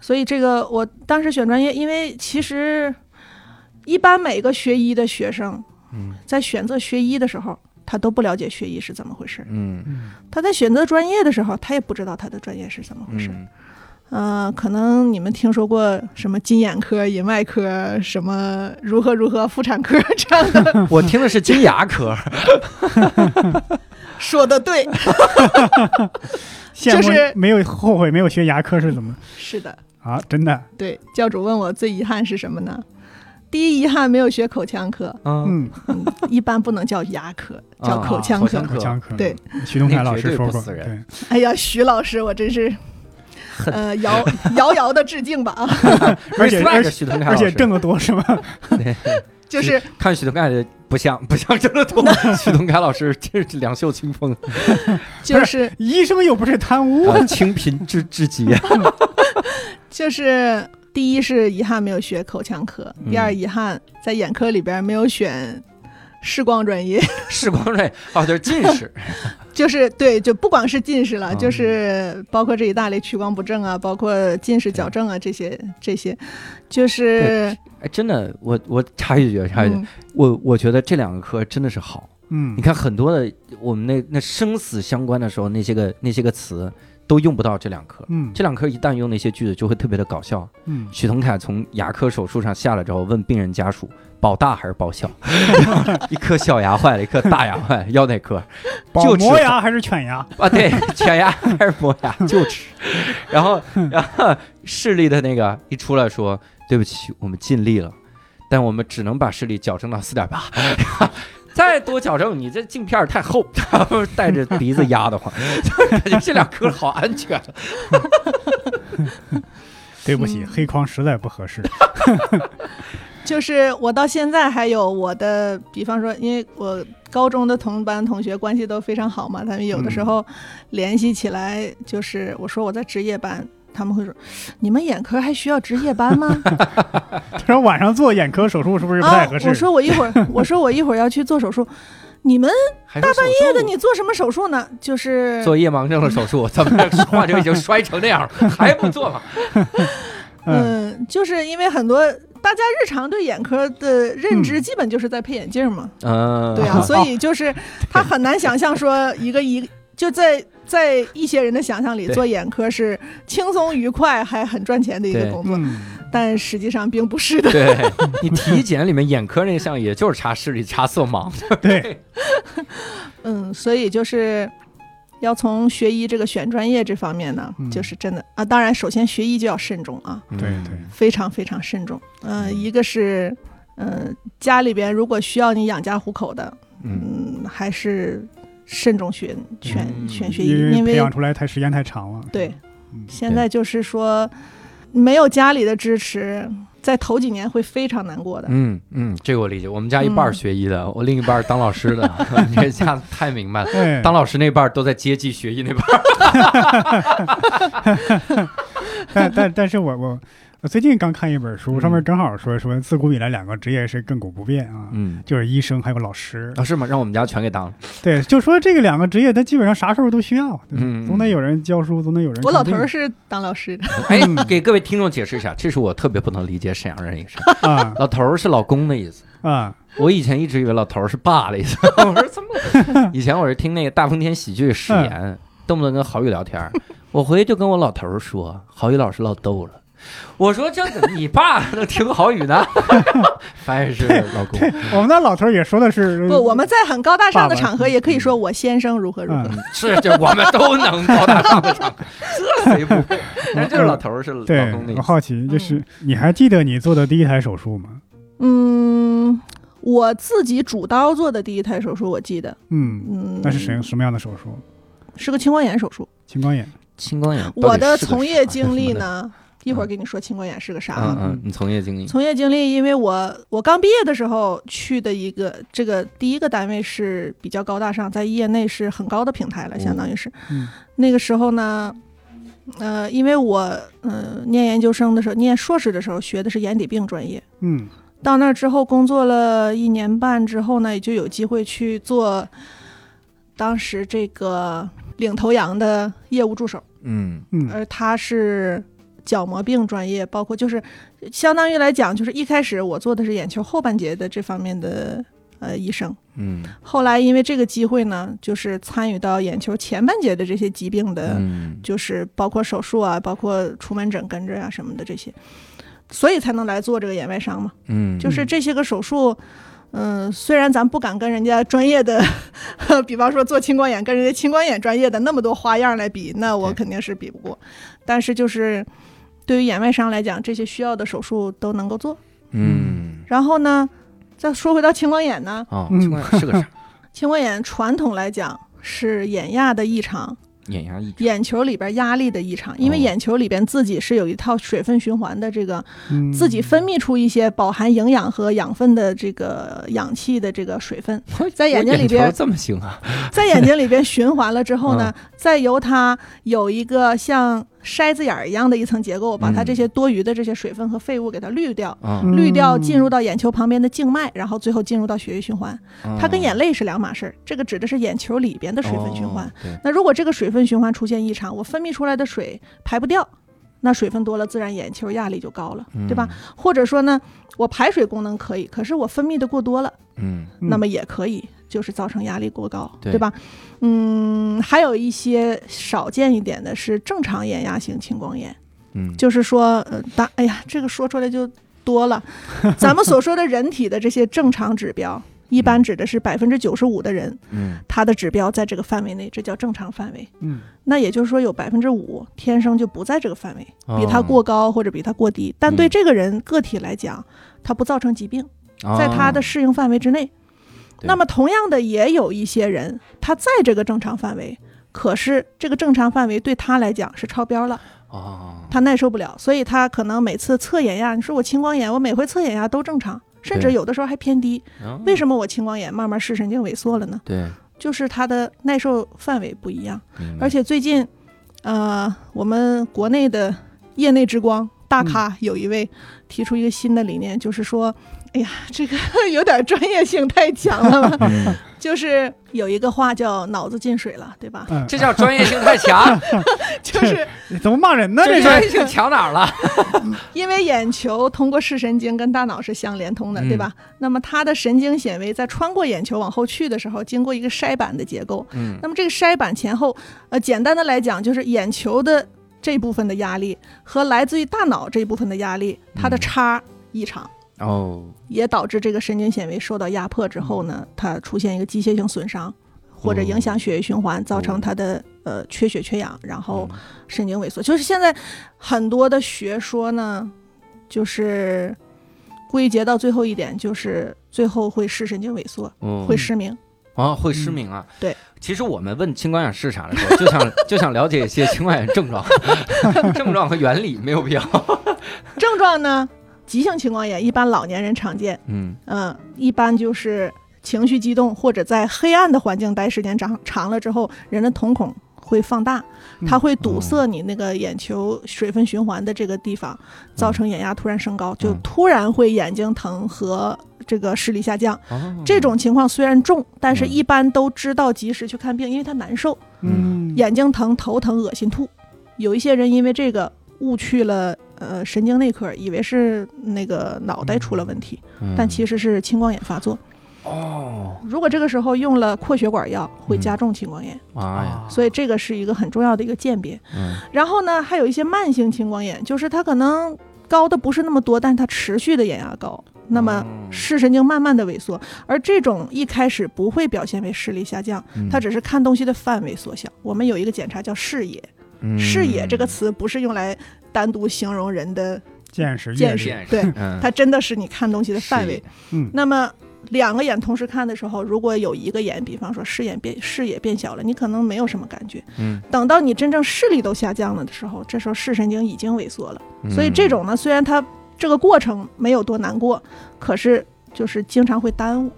所以这个我当时选专业，因为其实一般每个学医的学生
嗯
在选择学医的时候，他都不了解学医是怎么回事；
嗯
嗯
他在选择专业的时候，他也不知道他的专业是怎么回事。
嗯，
嗯、可能你们听说过什么金眼科、银外科，什么如何如何妇产科这样的
(laughs)
嗯
我听的是金牙科，
说的对，
羡慕
就是
没有后悔，没有学牙科是怎么
是的，
啊？真的，
对。教主问我最遗憾是什么呢？第一遗憾没有学口腔科，
嗯，
嗯，
嗯一般不能叫牙科，叫
啊
口腔
口
科。
腔
口腔科，
对，
徐东凯老师说
那绝对不
过，
死
对
人，
哎呀，徐老师，我真是，呃，遥遥遥的致敬吧
(laughs)
啊！
而且
Respect，
而且
徐腾凯
而
老
且
师，
挣得多是吧？ (laughs)
就是
看徐腾凯的不像不像郑乐
(laughs)
图，徐腾凯老师这是两袖清风，
就是
医生又不是贪污，
(laughs)
啊，清贫至至极。啊
就是，第一是遗憾没有学口腔科，
嗯
第二遗憾在眼科里边没有选视光专业， (laughs)
视光瑞哦，就是近视， (laughs)
就是对，就不光是近视了，
嗯
就是包括这一大类屈光不正啊，包括近视矫正啊这些这些，就是
哎，真的，我我插一句，插一句，
嗯
我我觉得这两个科真的是好。
嗯
你，看很多的我们那那生死相关的时候，那些个那些个词都用不到这两科。
嗯
这两科一旦用那些句子，就会特别的搞笑。
嗯，
许腾凯从牙科手术上下来之后，问病人家属保大还是保小， (laughs) 一颗小牙坏了，一颗大牙坏了，要哪颗？
保
就
磨
吃
牙还是犬牙？
啊，对，犬牙还是磨
(laughs)
牙，就齿。 (laughs) 然后，然后视力的那个一出来说：“对不起，我们尽力了，但我们只能把视力矫正到四点八， (laughs) 再多矫正你这镜片儿太厚， (laughs) 带着鼻子压得慌。 (laughs) 感觉这两颗好安全。
对不起，
嗯
黑框实在不合适。
就是我到现在还有我的，比方说，因为我高中的同班同学关系都非常好嘛，他们有的
嗯
时候联系起来，就是我说我在值夜班，他们会说，你们眼科还需要值夜班吗？
他说晚上做眼科手术 (laughs) 是不是不太合适？
啊。我说我一
(laughs)
会儿，我说我一会儿要去做手术，你们
大半
夜的你做什么手术呢？就是
做夜盲症的手术，咱们这话就已经摔成那样了，还不做
(laughs)
吗？
嗯，
嗯，就是因为很多大家日常对眼科的
嗯
认知，基本就是在配眼镜嘛。
嗯， (laughs)
对啊，所以就是他很难想象说一个一就在在一些人的想象里，
对
做眼科是轻松愉快还很赚钱的一个
对
工作，
嗯，
(laughs)
但实际上并不是的。 (laughs)
对你体检里面眼科那项，也就是查视力、查色盲。
对，
嗯，所以就是。要从学医这个选专业这方面呢，
嗯
就是真的啊。当然，首先学医就要慎重啊，
对
对对
非常非常慎重。嗯、
嗯
一个是，呃，家里边如果需要你养家糊口的，
嗯，
嗯，还是慎重选选、
嗯
选学医，
因为
因
培
为
养出来太时间太长了。
对，
嗯
现在就是说没有家里的支持，在头几年会非常难过的。
嗯嗯，这个我理解。我们家一半儿学医的，我另一半儿当老师的。 (laughs) 你这下子太明白了，
对，
当老师那半儿都在接济学医那半儿。
但但但是我我我最近刚看一本书，
嗯
上面正好说说自古以来两个职业是亘古不变啊，
嗯，
就是医生还有老师。
啊是吗？让我们家全给当了。
对，就说这个两个职业，它基本上啥时候都需要，对吧
嗯
总得有人教书，总得有人。
我老头儿是当老师的，
(laughs) 哎，给各位听众解释一下，这是我特别不能理解沈阳人一个事儿。 (laughs)
啊
老头儿是老公的意思。 (laughs)
啊，
我以前一直以为老头儿是爸的意 (laughs) 思，我说怎么？以前我是听那个大风天喜剧史岩，动不动跟郝宇聊天儿，我回去就跟我老头儿说，郝宇老师唠逗了。我说这怎么你爸能听郝宇 (laughs) 呢？凡是老公，
我们那老头儿也说的是，
不，我们在很高大上的
爸爸
场合也可以说我先生如何如何。
嗯
是这我们都能高大上的场 (laughs) 合，这谁不会？ (laughs) 但就是老头儿是老
呃对
公的，意
我
思。
好奇就是你还记得你做的第一台手术吗？
嗯，我自己主刀做的第一台手术，我记得，
嗯，
嗯，
那是什什么样的手术？
是个青光眼手术。
青光眼。
青光眼，
我的
到底是个
从业
啥 (laughs)
经历？呢，一会儿给你说青光眼是个啥啊。
嗯嗯，你从业经历，
从业经历，因为我我刚毕业的时候去的一个这个第一个单位是比较高大上，在业内是很高的平台了，
嗯
相当于是。
嗯
那个时候呢，呃，因为我呃念研究生的时候，念硕士的时候学的是眼底病专业，
嗯
到那儿之后工作了一年半之后呢，也就有机会去做当时这个领头羊的业务助手。
嗯
嗯
而他是角膜病专业，包括就是相当于来讲，就是一开始我做的是眼球后半截的这方面的呃医生，
嗯
后来因为这个机会呢，就是参与到眼球前半截的这些疾病的，
嗯
呃就是包括手术啊，包括出门诊跟着呀、什么的这些，所以才能来做这个眼外伤嘛。
嗯，
就是这些个手术，嗯、虽然咱不敢跟人家专业的， (laughs) 比方说做青光眼，跟人家青光眼专业的那么多花样来比，那我
对
肯定是比不过。但是就是对于眼外伤来讲，这些需要的手术都能够做。
嗯
然后呢，再说回到青光眼呢，
哦，
嗯
青光眼是个啥？
青光眼传统来讲是眼压的异常，
眼压一直
眼球里边压力的异常，因为
哦
眼球里边自己是有一套水分循环的这个
嗯，
自己分泌出一些饱含营养和养分的这个氧气的这个水分，在 (laughs) 眼睛里边
我眼球这么行啊？
在眼睛里边循环了之后呢，再由它有一个像筛子眼儿一样的一层结构，把它
嗯
这些多余的这些水分和废物给它滤掉。
啊，
嗯
滤掉进入到眼球旁边的静脉，然后最后进入到血液循环。
哦
它跟眼泪是两码事儿，这个指的是眼球里边的水分循环
哦。。对，
那如果这个水分循环出现异常，我分泌出来的水排不掉，那水分多了，自然眼球压力就高了，
嗯
对吧？或者说呢，我排水功能可以，可是我分泌的过多了，
嗯？
嗯
那么也可以就是造成压力过高，
对
吧？嗯，还有一些少见一点的是正常眼压型青光眼，
嗯嗯，
就是说，呃，大，哎呀，这个说出来就
(laughs)
多了。咱们所说的人体的这些正常指标，一般指的是百分之九十五的人，
嗯
他的指标在这个范围内，这叫正常范围。
嗯
那也就是说，有百分之五天生就不在这个范围，比他
哦
过高或者比他过低，但对
嗯
这个人个体来讲，他不造成疾病，在他的
哦
适应范围之内。
对
那么，同样的，也有一些人，他在这个正常范围，可是这个正常范围对他来讲是超标了，
哦，
他耐受不了，所以他可能每次测眼压，你说我青光眼，我每回测眼压都正常，甚至
对
有的时候还偏低。
啊
为什么我青光眼慢慢视神经萎缩了呢？
对，
就是它的耐受范围不一样。
明白，
而且最近，呃，我们国内的业内之光大咖有一位提出一个新的理念，就是说，哎呀，这个有点专业性太强了
(laughs)
吧 (laughs)
嗯
就是有一个话叫“脑子进水了”，对吧？
嗯，哎
这叫专业性太
(laughs)
强，
就是
怎么骂人呢？
这
这
专
是
业性强哪儿了？
因为眼球通过视神经跟大脑是相连通的，对吧？那么它的神经纤维在穿过眼球往后去的时候，经过一个筛板的结构，
嗯
那么这个筛板前后，呃，简单的来讲，就是眼球的这部分的压力和来自于大脑这部分的压力，它的
嗯
差异常，
哦，
也导致这个神经纤维受到压迫之后呢，
嗯
它出现一个机械性损伤，或者影响血液循环，造成它的呃缺血缺氧，然后
哦嗯
神经萎缩。就是现在很多的学说呢，就是归结到最后一点，就是最后会视神经萎缩，
哦
会失明。嗯
啊，会失明啊。
对，
其实我们问青光眼是啥的时候， (laughs) 就想就想了解一些青光眼症状、症状 (laughs) 和原理，没有必要。
症状呢，急性青光眼一般老年人常见，
(laughs) 嗯
嗯，一般就是情绪激动或者在黑暗的环境待时间长长了之后，人的瞳孔会放大，它
嗯
会堵塞你那个眼球水分循环的这个地方，造成眼压突然升高，就
嗯
突然会眼睛疼和这个视力下降。
哦
这种情况虽然重，但是
嗯
一般都知道及时去看病，因为它难受，
嗯，
眼睛疼、头疼、恶心、吐。有一些人因为这个误去了呃神经内科，以为是那个脑袋出了问题，但其
实
实是青光眼发作。
嗯哦，
如果这个时候用了扩血管药，会加重青光眼，
妈哎呀，
啊
所以这个是一个很重要的一个鉴别。
嗯
然后呢，还有一些慢性青光眼，就是它可能高的不是那么多，但是它持续的眼压高，那么
哦
视神经慢慢的萎缩，而这种一开始不会表现为视力下降，
嗯
它只是看东西的范围缩小。我们有一个检查叫视野，
嗯
视野这个词不是用来单独形容人的，
见识
见
阅
识
历，
见识， (laughs)
对，
嗯
它真的是你看东西的范围。
嗯，
那么两个眼同时看的时候，如果有一个眼，比方说视眼变视野变小了，你可能没有什么感觉。
嗯，
等到你真正视力都下降了的时候，这时候视神经已经萎缩了。
嗯
所以这种呢，虽然它这个过程没有多难过，可是就是经常会耽误。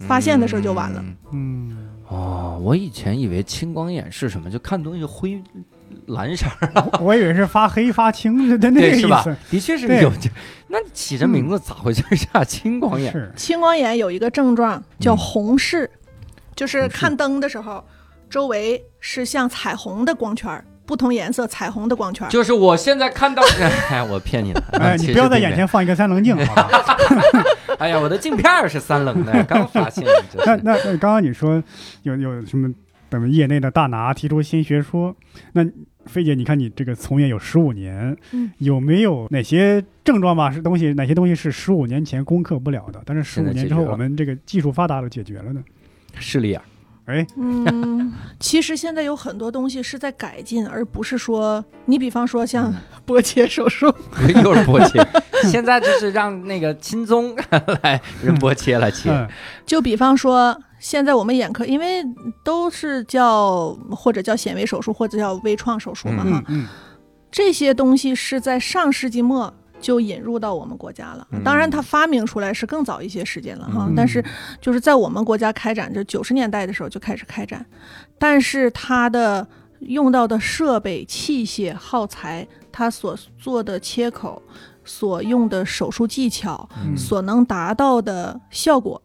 发现的时候就晚了
嗯
嗯，
哦，我以前以为青光眼是什么，就看东西灰蓝色儿，
我我以为是发黑发青的那个
对，是
意
吧
思，？
的确是
对
有这，那起这
嗯
名字咋回事儿 (laughs) 呀？青光眼，
是
青光眼有一个症状叫
嗯
红视，就是
红视
看灯的时候，周围是像彩虹的光圈儿，不同颜色彩虹的光圈儿。
就是我现在
(laughs)
看到，哎，我骗你了，
哎，
其
你
实
不要在
并没
眼前放一个三棱镜，好吧？
哎呀，我的镜片儿是三棱
(laughs)
的，刚发现，真
那
是
那那刚刚你说有有什么咱们业内的大拿提出新学说，那菲姐，你看你这个从业有十五年，
嗯
有没有哪些症状吧？是东西哪些东西是十五年前攻克不了的，但是十
现在
五
解
年之后
决了
我们这个技术发达了，解决了呢？
视力眼儿，
哎，
嗯，其实现在有很多东西是在改进，而不是说你比方说像 (laughs) 波切手术，
又是波切，
(laughs)
现在就是让那个钦宗 (laughs) 来人波切来切，
嗯
就比方说现在我们眼科，因为都是叫或者叫显微手术或者叫微创手术 (laughs) 嘛哈，
嗯嗯，
这些东西是在上世纪末。就引入到我们国家了
嗯，
当然它发明出来是更早一些时间了哈，
嗯
但是就是在我们国家开展，就九十年代的时候就开始开展，但是它的用到的设备、器械、耗材，它所做的切口、所用的手术技巧、
嗯
所能达到的效果，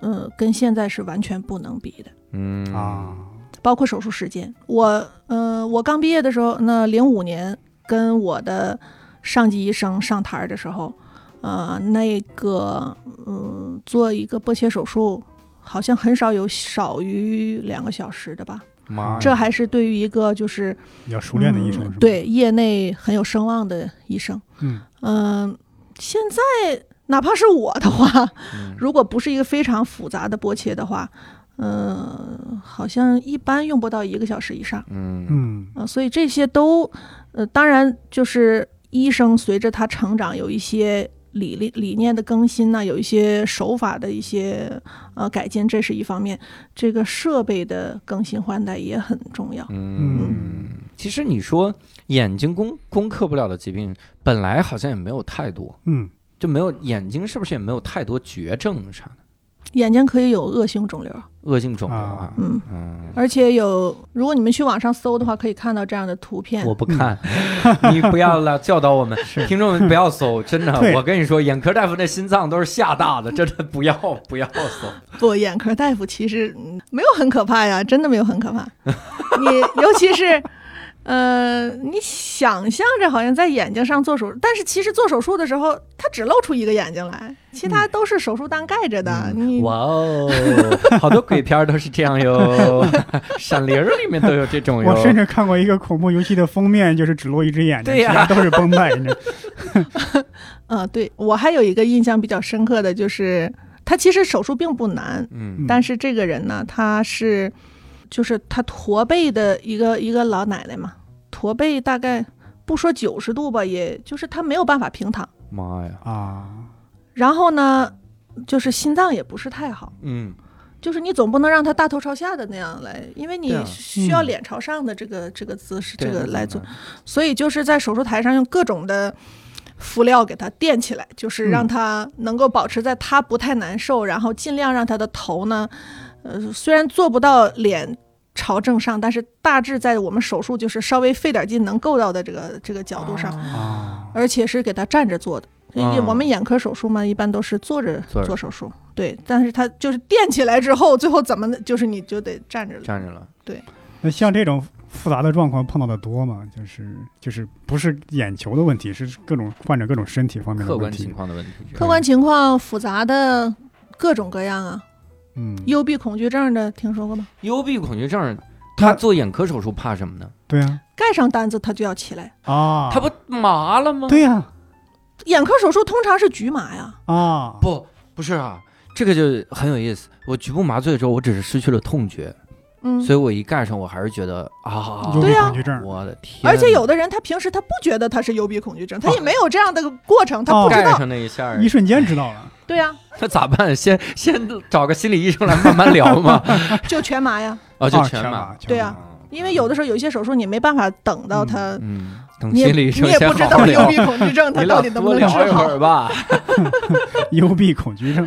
嗯，跟现在是完全不能比的。
嗯
啊，
包括手术时间。我，呃，我刚毕业的时候，那零五年跟我的上级医生上台儿的时候，呃，那个，嗯、做一个波切手术，好像很少有少于两个小时的吧。
妈呀，
这还是对于一个就是
比较熟练嗯的医生
嗯
是吧？，
对业内很有声望的医生。
嗯
嗯、现在哪怕是我的话， (laughs)
嗯
如果不是一个非常复杂的波切的话，嗯、好像一般用不到一个小时以上。
嗯
嗯
啊，所以呃这些都，呃，当然就是医生随着他成长有一些理理理念的更新呐、有一些手法的一些呃改进，这是一方面。这个设备的更新换代也很重要。
嗯，其实你说眼睛攻攻克不了的疾病，本来好像也没有太多，
嗯，
就没有眼睛是不是也没有太多绝症啥的，
眼睛可以有恶性肿瘤，
恶性肿瘤啊，
嗯，
嗯，
而且有，如果你们去网上搜的话，可以看到这样的
(laughs)
图片。
我不看，
嗯
(laughs) 你不要来教导我们，听众们不要搜，
(laughs)
真的，
对
我跟你说，眼科大夫那心脏都是吓大的，真的不要不要搜，
不，眼科大夫其实嗯没有很可怕呀，真的没有很可怕。你尤其是，呃，你想象着好像在眼睛上做手术，但是其实做手术的时候，他只露出一个眼睛来，其他都是手术单盖着的。
嗯
你
哇哦，好多鬼片儿都是这样
(laughs)
哟，闪灵儿里面都有这种哟
我，甚至看过一个恐怖游戏的封面，就是只露一只眼睛，
对
其
呀
他都是绷带，你知道
呃，对我还有一个印象比较深刻的就是，他其实手术并不难，
嗯
但是这个人呢，他是就是他驼背的一个一个老奶奶嘛，驼背大概不说九十度吧，也就是他没有办法平躺。
妈呀，
啊，
然后呢，就是心脏也不是太好，
嗯
就是你总不能让他大头朝下的那样来，因为
对
你
啊
需要
嗯
脸朝上的这个、这个姿势，
对啊
这个来做
那。
所以就是在手术台上用各种的敷料给他垫起来，就
嗯
是让他能够保持在他不太难受，然后尽量让他的头呢，呃，虽然做不到脸朝正上，但是大致在我们手术就是稍微费点劲能够到的这个这个角度上，
啊
而且是给他站着做的。因为
啊
我们眼科手术嘛，一般都是坐着
坐着
做手术，对。但是他就是垫起来之后，最后怎么就是你就得站着了。
站着了。
那像这种复杂的状况碰到的多吗？就是就是不是眼球的问题，是各种患者各种身体方面的
客
问
观
题
情。况的问题。
客观情况复杂的各种各样啊，
嗯，
幽闭恐惧症的听说过吗？
幽闭恐惧症，他
那
做眼科手术怕什么呢？
对啊，
盖上单子他就要起来。
啊，
他不麻了吗？
对呀
眼科手术通常是局麻呀，
啊，
不，不是啊，这个就很有意思。我局部麻醉的时候，我只是失去了痛觉，
嗯，
所以我一盖上，我还是觉得啊，
幽闭
对呀
恐惧症，
我的天！哦
而且有的人他平时他不觉得他是幽闭恐惧症，他也没有这样的过程，他
哦
不知
盖
道。
上那一下儿，
一瞬间知道了。
对啊呀，
那咋办？先 (laughs) 先找个心理医生来慢慢聊 (laughs) 嘛。
就全麻呀，
啊，就
啊，
全麻。
麻，全
对
麻
啊，因为有的时候有一些手术你没办法等到他，
嗯，等
你也
心理医
你
生
也
先
不知
好好
道幽
聊
闭。恐惧症他
你
到
俩
底能不
多
能
聊
治
一会
好。
儿吧。
幽闭恐惧症，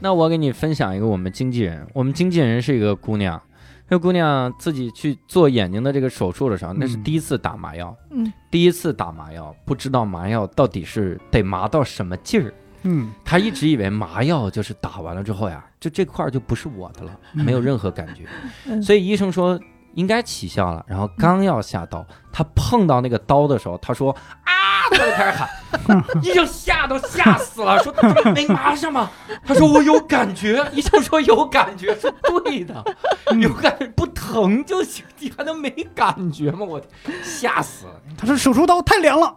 那我给你分享一个我们经纪人，我们经纪人是一个姑娘，那姑娘自己去做眼睛的这个手术的时候，那是
嗯
第一次打麻药，
嗯，
第一次打麻药，不知道麻药到底是得麻到什么劲儿，
嗯，
她一直以为麻药就是打完了之后呀，就这块儿就不是我的了，
嗯
没有任何感觉，
嗯
所以医生说。应该起效了，然后刚要下刀，她碰到那个刀的时候，她说：“啊！”她就开
(laughs)
始喊，医生吓都吓死了，说这没麻上吗？他说我有感觉，医生说有感觉是对的，
嗯
有感觉不疼就行，你还能没感觉吗？我吓死了！
他说手术刀太凉了，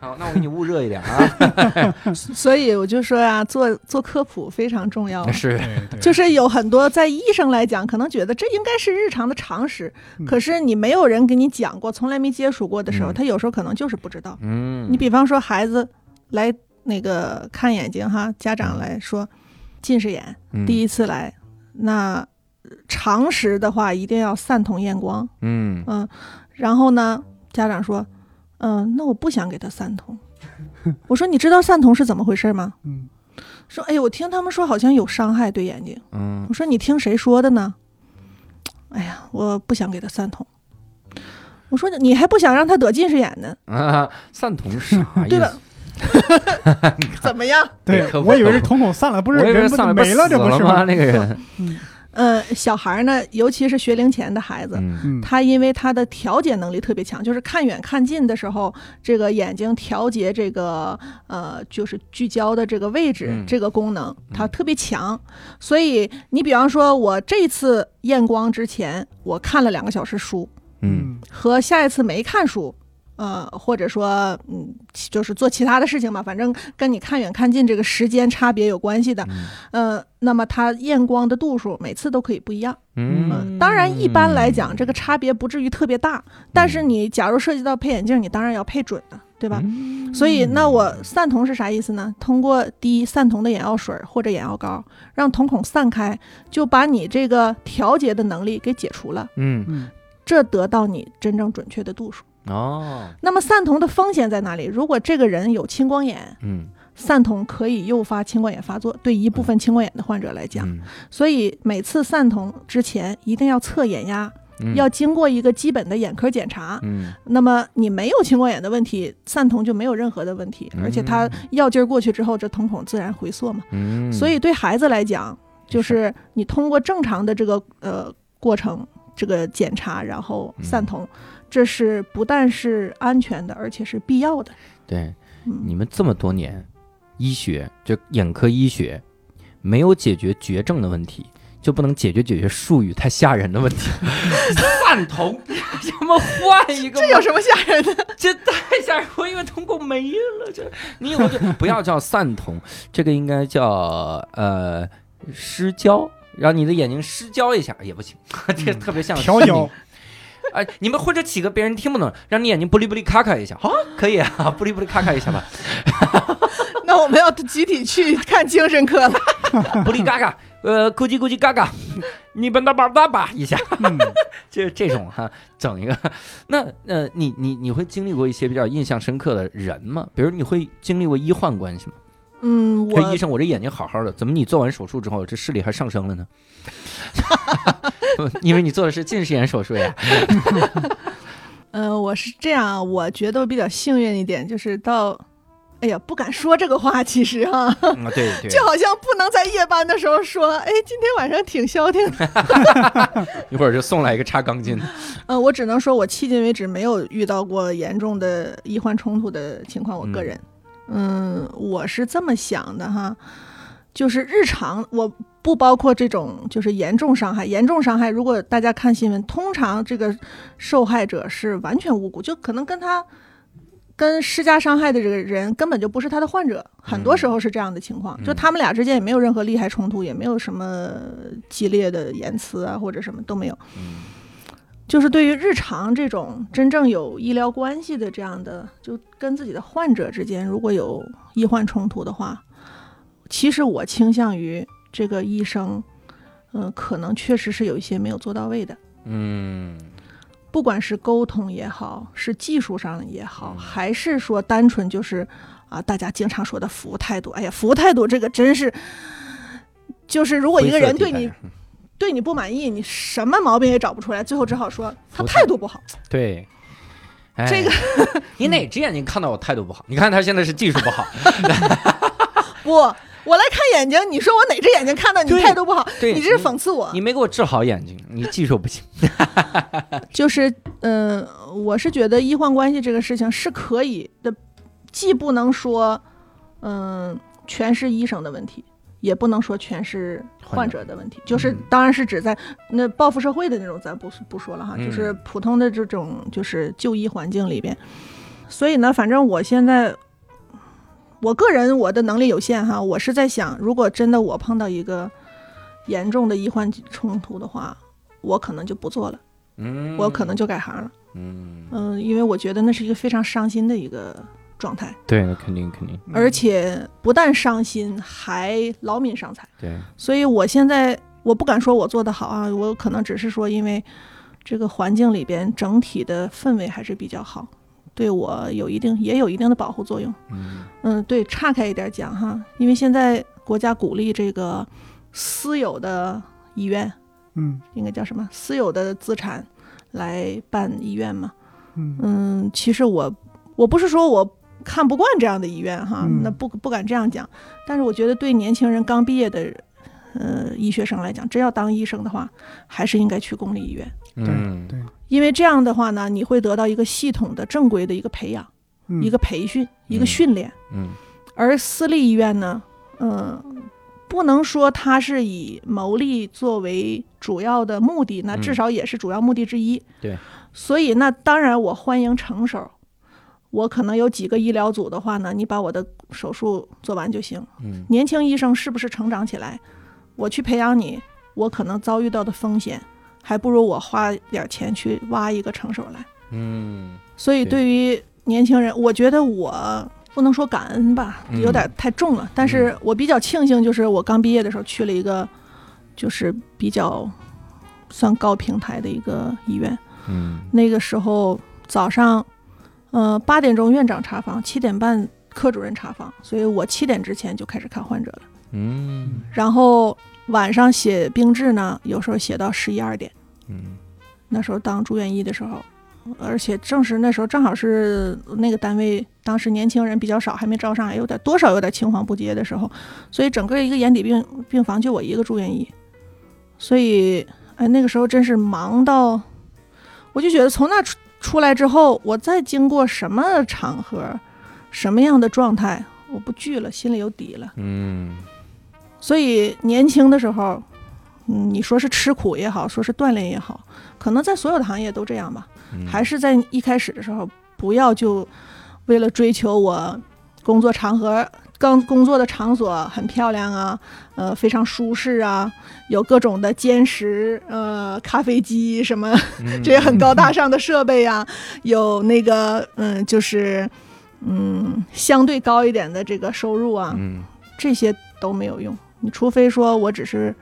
好，那我给你捂热一点啊。
所以我就说呀，做做科普非常重要。啊
是，
对
(laughs)
对，
(laughs) 就是有很多在医生来讲，可能觉得这应该是日常的常识，
嗯
可是你没有人给你讲过，从来没接触过的时候，
嗯
他有时候可能就是不知道。
嗯
你比方说孩子来那个看眼睛哈，家
嗯
长来说近视眼第
一，
一次来，那常识的话一定要散瞳验光，
嗯
嗯，然后呢，家长说，嗯、那我不想给他散 (laughs) 瞳。我说你知道散瞳是怎么回事吗？
嗯
说，哎，我听他们说好像有伤害对眼睛。
嗯
我说你听谁说的呢？哎呀，我不想给他散瞳。我说你还不想让他得近视眼呢，
啊， (laughs) 散瞳
(laughs)
啥意
对
思
吧？？怎么样？
对
对，
可不
我以为是瞳孔散了，不是
我以为
人
是
不
散
是
了
没
了，
了，这不
死
(laughs) 是
吗？
吗？
那个人，
呃，小孩儿呢，尤其是学龄前的孩子，
嗯
嗯，
他因为他的调节能力特别强，就是看远看近的时候，这个眼睛调节这个呃，就是聚焦的这个位置、
嗯
这个功能，它特别强。所以你比方说，我这次验光之前，我看了两个小时书，
嗯
和下一次没看书，呃，或者说，嗯，其就是做其他的事情吧，反正跟你看远看近这个时间差别有关系
嗯
的。呃，那么它验光的度数每次都可以不一样。
嗯，
当然，一般来讲，这个差别不至于特别大，但是
嗯
你假如涉及到配眼镜，你当然要配准的，对
对
吧？所以，
嗯
那我散瞳是啥意思呢？通过滴散瞳的眼药水儿或者眼药膏，让瞳孔散开，就把你这个调节的能力给解除了，
嗯
嗯，
这得到你真正准确的度数。
哦，
那么散瞳的风险在哪里？如果这个人有青光眼，
嗯，
散瞳可以诱发青光眼发作，对一部分青光眼的患者来讲，
嗯
所以每次散瞳之前一定要测眼压，
嗯
要经过一个基本的眼科检查。
嗯
那么你没有青光眼的问题，散瞳就没有任何的问题，
嗯
而且它药劲儿过去之后，这瞳孔自然回缩嘛。
嗯，
所以对孩子来讲，就是是你通过正常的这个呃过程，这个检查，然后散瞳，
嗯
这是不但是安全的，而且是必要的。
对
嗯
你们这么多年医学，就眼科医学，没有解决绝症的问题，就不能解决解决术语太吓人的问题。 (laughs) 散瞳， (laughs) 什么换一个？
这有什么吓人的？
这太吓人！我以为瞳孔没了，这你我就不要叫散瞳，这个应该叫呃失焦，让你的眼睛失焦一下也不行， (laughs) 这特别像
嗯调
失
焦
明。哎，你们或者起个别人听不懂，让你眼睛不离不离咔咔一下，好、可以啊，不离不离咔咔一下
(laughs)
吧，
那我们要集体去看精神科了。
不离嘎嘎，呃，咕叽咕叽嘎嘎，你吧嗒吧嗒吧一下，
嗯，
这这种哈、整一个。 (laughs) 那呃，你你你会经历过一些比较印象深刻的人吗？比如你会经历过医患关系吗？
(laughs) 嗯，我
说医生，我这眼睛好好的，怎么你做完手术之后，这视力还上升了呢？ (laughs) 因为你做的是近视眼手术呀。
呃，我是这样啊，我觉得我比较幸运一点，就是到，哎呀，不敢说这个话，其实哈、
嗯，对对
就好像不能在夜班的时候说，哎，今天晚上挺消停的。
一会儿就送来一个插钢筋的。
呃，我只能说我迄今为止没有遇到过严重的医患冲突的情况，我个
嗯
人，嗯我是这么想的哈，就是日常我。不包括这种就是严重伤害，严重伤害，如果大家看新闻，通常这个受害者是完全无辜，就可能跟他跟施加伤害的这个人根本就不是他的患者，很多时候是这样的情况，
嗯
就他们俩之间也没有任何利害冲突，也没有什么激烈的言辞啊或者什么都没有。
嗯
就是对于日常这种真正有医疗关系的这样的，就跟自己的患者之间如果有医患冲突的话，其实我倾向于这个医生，嗯、可能确实是有一些没有做到位的。
嗯
不管是沟通也好，是技术上也好，
嗯
还是说单纯就是啊，大家经常说的服务态度，哎呀，服务态度这个真是，就是如果一个人对
灰
你
色地带嗯
对你不满意，你什么毛病也找不出来，最后只好说他
服务态
态度不好。
对。哎
这个，
(laughs)
嗯
你哪只眼睛看到我态度不好？你看他现在是技术 (laughs) 不好，
不，我来看眼睛，你说我哪只眼睛看到你
对
态度不好？
对
你这是讽刺我
你。没给我治好眼睛，你技术不行。
就是，嗯、我是觉得医患关系这个事情是可以的，既不能说，嗯、全是医生的问题。也不能说全是患者的问题，就是
嗯
当然是指在那报复社会的那种，咱不不说了哈，
嗯
就是普通的这种就是就医环境里边。所以呢，反正我现在我个人我的能力有限哈，我是在想，如果真的我碰到一个严重的医患冲突的话，我可能就不做了，
嗯，
我可能就改行了。
嗯，
嗯、因为我觉得那是一个非常伤心的一个状态，
对，那肯定肯定
而且不但伤心，还劳民伤财。
对。
所以我现在我不敢说我做得好啊，我可能只是说因为这个环境里边整体的氛围还是比较好，对我有一定也有一定的保护作用。
嗯
嗯，对，岔开一点讲哈，因为现在国家鼓励这个私有的医院，
嗯
应该叫什么？私有的资产来办医院嘛。
嗯
嗯，其实我我不是说我看不惯这样的医院哈，
嗯
那不不敢这样讲，但是我觉得对年轻人刚毕业的呃医学生来讲，真要当医生的话，还是应该去公立医院，
嗯，
对，
因为这样的话呢，你会得到一个系统的正规的一个培养、
嗯
一个培训、一
嗯
个训练，
嗯
而私立医院呢，嗯、不能说它是以牟利作为主要的目的，那
嗯
至少也是主要目的之一。
对，
所以那当然我欢迎成手。我可能有几个医疗组的话呢，你把我的手术做完就行。
嗯
年轻医生是不是成长起来？我去培养你，我可能遭遇到的风险，还不如我花点钱去挖一个成手来。
嗯，
所以
对
对于年轻人，我觉得我不能说感恩吧，
嗯
有点太重了。但是我比较庆幸，就是我刚毕业的时候去了一个，就是比较算高平台的一个医院。
嗯
那个时候早上，呃，八点钟院长查房，七点半科主任查房，所以我七点之前就开始看患者了。
嗯
然后晚上写病志呢，有时候写到十一二点。
嗯
那时候当住院医的时候，而且正是那时候正好是那个单位当时年轻人比较少，还没招上，还有点多少有点青黄不接的时候，所以整个一个眼底病病房就我一个住院医，所以哎那个时候真是忙到，我就觉得从那出出来之后，我再经过什么场合，什么样的状态，我不惧了，心里有底了。
嗯
所以年轻的时候，嗯，你说是吃苦也好，说是锻炼也好，可能在所有的行业都这样吧。
嗯，
还是在一开始的时候，不要就为了追求我工作场合。刚工作的场所很漂亮啊，呃，非常舒适啊，有各种的坚实，呃，咖啡机什么
嗯
这些很高大上的设备呀、有那个嗯，就是嗯，相对高一点的这个收入啊，
嗯
这些都没有用。你除非说我只是，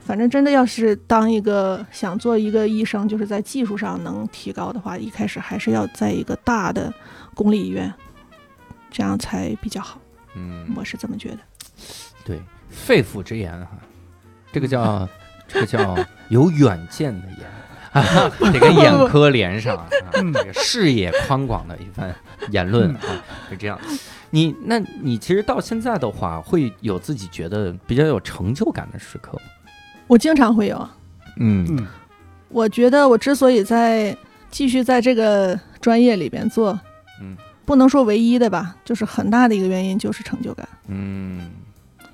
反正真的要是当一个想做一个医生，就是在技术上能提高的话，一开始还是要在一个大的公立医院，这样才比较好。
嗯，
我是这么觉得。
对，嗯肺腑之言哈，这个叫这个叫有远见的人。啊， (laughs) 得跟眼科连上啊，
嗯
这个视野宽广的一番言论啊，是这样。你那你其实到现在的话，会有自己觉得比较有成就感的时刻吗？
我经常会有啊，
嗯
嗯
我觉得我之所以在继续在这个专业里边做，
嗯，
不能说唯一的吧，就是很大的一个原因就是成就感。
嗯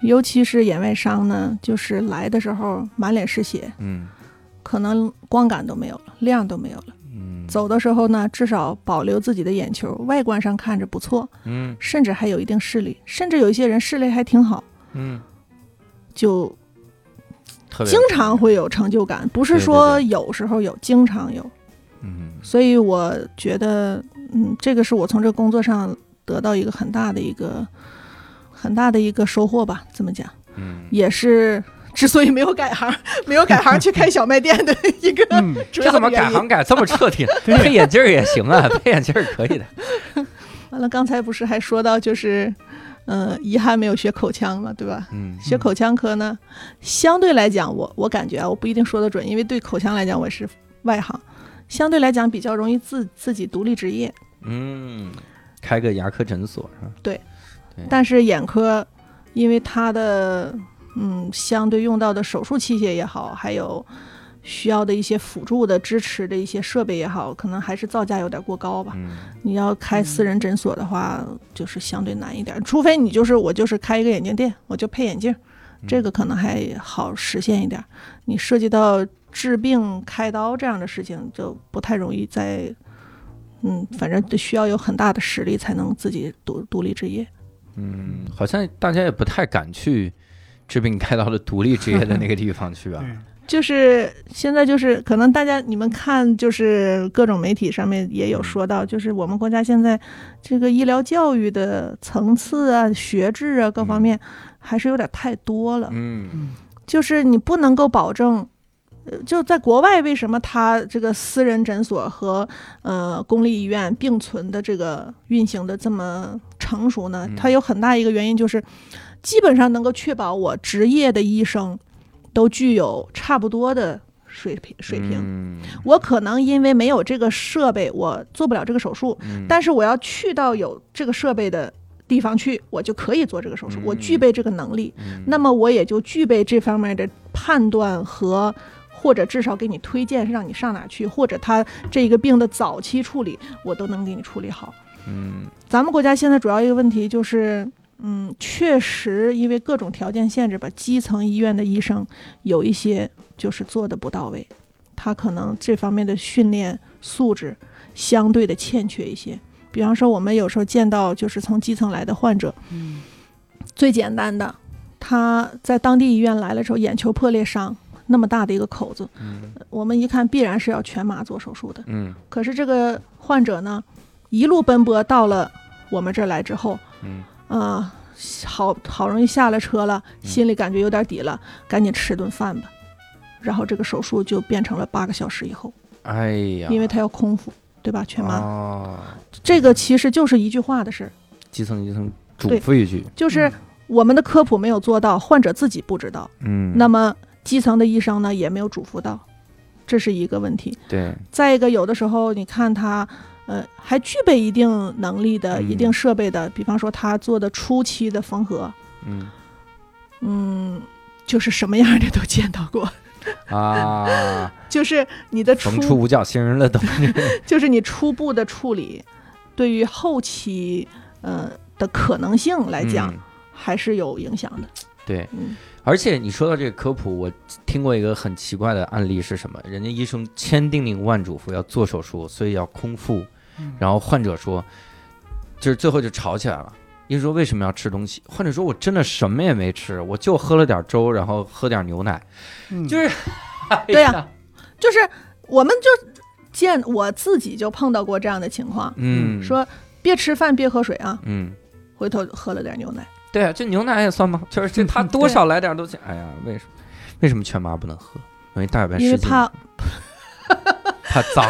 尤其是眼外伤呢，就是来的时候满脸是血，
嗯
可能光感都没有了，亮都没有了。
嗯，
走的时候呢，至少保留自己的眼球，外观上看着不错，
嗯
甚至还有一定视力，甚至有一些人视力还挺好，
嗯，
就
特别
经常会有成就感。不是说有时候有，经常有。
嗯
所以我觉得，嗯，这个是我从这工作上得到一个很大的一个很大的一个收获吧。这么讲，
嗯，
也是之所以没有改行，没有改行去开小卖店的一个
(laughs)
嗯，
主
这
要
怎么
的原
改
因。
行改这么彻 (laughs) 底？配眼镜儿也行啊，配眼镜儿可以的。
完了，刚才不是还说到就是，呃，遗憾没有学口腔嘛，对吧？
嗯
学口腔科呢，相对来讲，我我感觉啊，我不一定说得准，因为对口腔来讲我是外行，相对来讲比较容易自自己独立执业。
嗯，开个牙科诊所是吧？
但是眼科，因为它的嗯，相对用到的手术器械也好，还有需要的一些辅助的支持的一些设备也好，可能还是造价有点过高吧。
嗯
你要开私人诊所的话，就是相对难一点，除非你就是我就是开一个眼镜店，我就配眼镜，这个可能还好实现一点。你涉及到治病、开刀这样的事情，就不太容易在，嗯，反正得需要有很大的实力才能自己独独立执业。
嗯，好像大家也不太敢去治病开刀的独立职业的那个地方去
(laughs)
吧？
对，
就是现在，就是可能大家你们看，就是各种媒体上面也有说到，就是我们国家现在这个医疗教育的层次啊、学制啊各方面，还是有点太多了。
嗯
就是你不能够保证，呃就在国外，为什么它这个私人诊所和呃公立医院并存的这个运行的这么成熟呢
嗯？
它有很大一个原因就是，基本上能够确保我职业的医生都具有差不多的水平水平。
嗯
我可能因为没有这个设备，我做不了这个手术，
嗯
但是我要去到有这个设备的地方去，我就可以做这个手术，我具备这个能力。
嗯
那么我也就具备这方面的判断和，或者至少给你推荐让你上哪儿去，或者他这一个病的早期处理，我都能给你处理好。
嗯
咱们国家现在主要一个问题就是，嗯，确实因为各种条件限制吧，基层医院的医生有一些就是做的不到位，他可能这方面的训练素质相对的欠缺一些。比方说，我们有时候见到就是从基层来的患者，
嗯
最简单的，他在当地医院来了之后，眼球破裂伤那么大的一个口子，
嗯
我们一看必然是要全麻做手术的。
嗯
可是这个患者呢，一路奔波到了我们这儿来之后，
嗯，
啊，好好容易下了车了，
嗯
心里感觉有点底了，赶紧吃顿饭吧。然后这个手术就变成了八个小时以后，
哎呀，
因为他要空腹，对吧？全麻，
哦，
这个其实就是一句话的事儿，
基层基层嘱
对
咐一句，
就是我们的科普没有做到，患者自己不知道，
嗯，
那么基层的医生呢也没有嘱咐到，这是一个问题。
嗯对，
再一个，有的时候你看他，呃，还具备一定能力的、
嗯
一定设备的，比方说他做的初期的缝合，
嗯
嗯，就是什么样的都见到过， (laughs)
啊，
就是你的
冯处
初，
无教，行人了都。
就是你初步的处理，对于后期，呃的可能性来讲，
嗯
还是有影响的。
对，
嗯，
而且你说到这个科普，我听过一个很奇怪的案例是什么？人家医生千叮咛万嘱咐要做手术，所以要空腹，然后患者说，就是最后就吵起来了。医生说为什么要吃东西？患者说我真的什么也没吃，我就喝了点粥，然后喝点牛奶，(laughs)
嗯
就是，
对呀
哎呀
就是我们就见我自己就碰到过这样的情况，
嗯，，
说别吃饭，别喝水啊，
嗯，
回头喝了点牛奶。
对啊，这牛奶也算吗？就是这他多少来点都行。哎呀，为什么为什么全麻不能喝？因为大小便
因
失
为
禁，
怕 (laughs)
怕脏。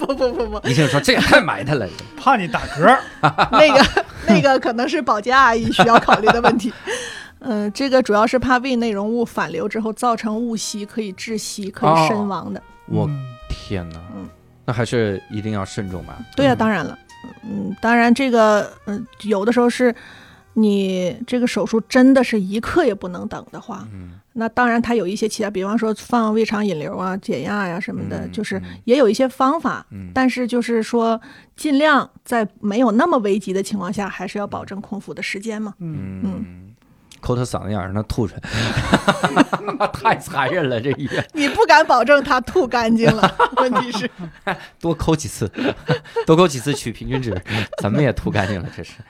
不不不不，
医生说这也太埋汰了。
怕你打嗝，
(laughs)
那个那个可能是保洁阿姨需要考虑的问题。 (laughs) 嗯、这个主要是怕胃内容物反流之后造成误吸，可以窒息，可
哦
以身亡的。
我
嗯
天哪
嗯，
那还是一定要慎重吧。
对呀、
嗯
当然了，嗯，当然这个，嗯、有的时候是你这个手术真的是一刻也不能等的话，
嗯，
那当然它有一些其他，比方说放胃肠引流啊、减压呀、什么的，
嗯
就是
嗯
也有一些方法。
嗯，
但是就是说，尽量在没有那么危急的情况下，还是要保证空腹的时间嘛。
嗯，
嗯，抠他嗓子眼儿，让他吐出
(laughs)
来，太残忍了，这医院
你不敢保证他吐干净
(laughs)
了，问题是，
多抠几次， (laughs) 多抠几次取平均值，
(laughs)
咱们也吐干净了，这是。
嗯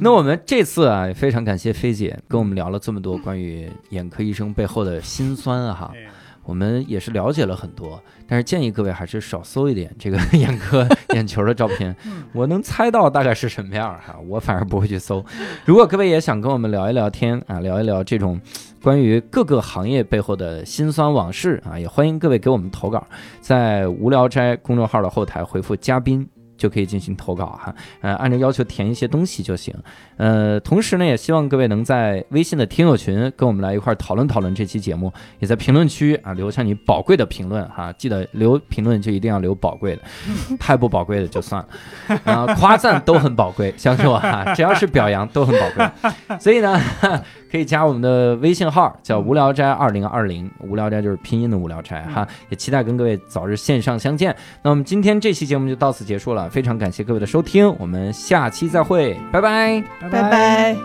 那我们这次啊，也非常感谢菲姐跟我们聊了这么多关于眼科医生背后的辛酸啊哈。
哎
我们也是了解了很多，但是建议各位还是少搜一点这个 (laughs) 眼科眼球的照片，我能猜到大概是什么样儿哈、我反而不会去搜。如果各位也想跟我们聊一聊天啊，聊一聊这种关于各个行业背后的辛酸往事啊，也欢迎各位给我们投稿，在无聊斋公众号的后台回复嘉宾。就可以进行投稿哈、呃，按照要求填一些东西就行。呃，同时呢，也希望各位能在微信的听友群跟我们来一块儿讨论讨论这期节目，也在评论区啊留下你宝贵的评论哈、记得留评论就一定要留宝贵的，太不宝贵的就算了。 (laughs) 啊，夸赞都很宝贵，相信我哈，只要是表扬都很宝贵。所以呢， (laughs) 可以加我们的微信号，叫无聊斋二零二零，无聊斋就是拼音的无聊斋哈。也期待跟各位早日线上相见。那我们今天这期节目就到
嗯
此结束了，非常感谢各位的收听，我们下期再会，拜拜。
拜拜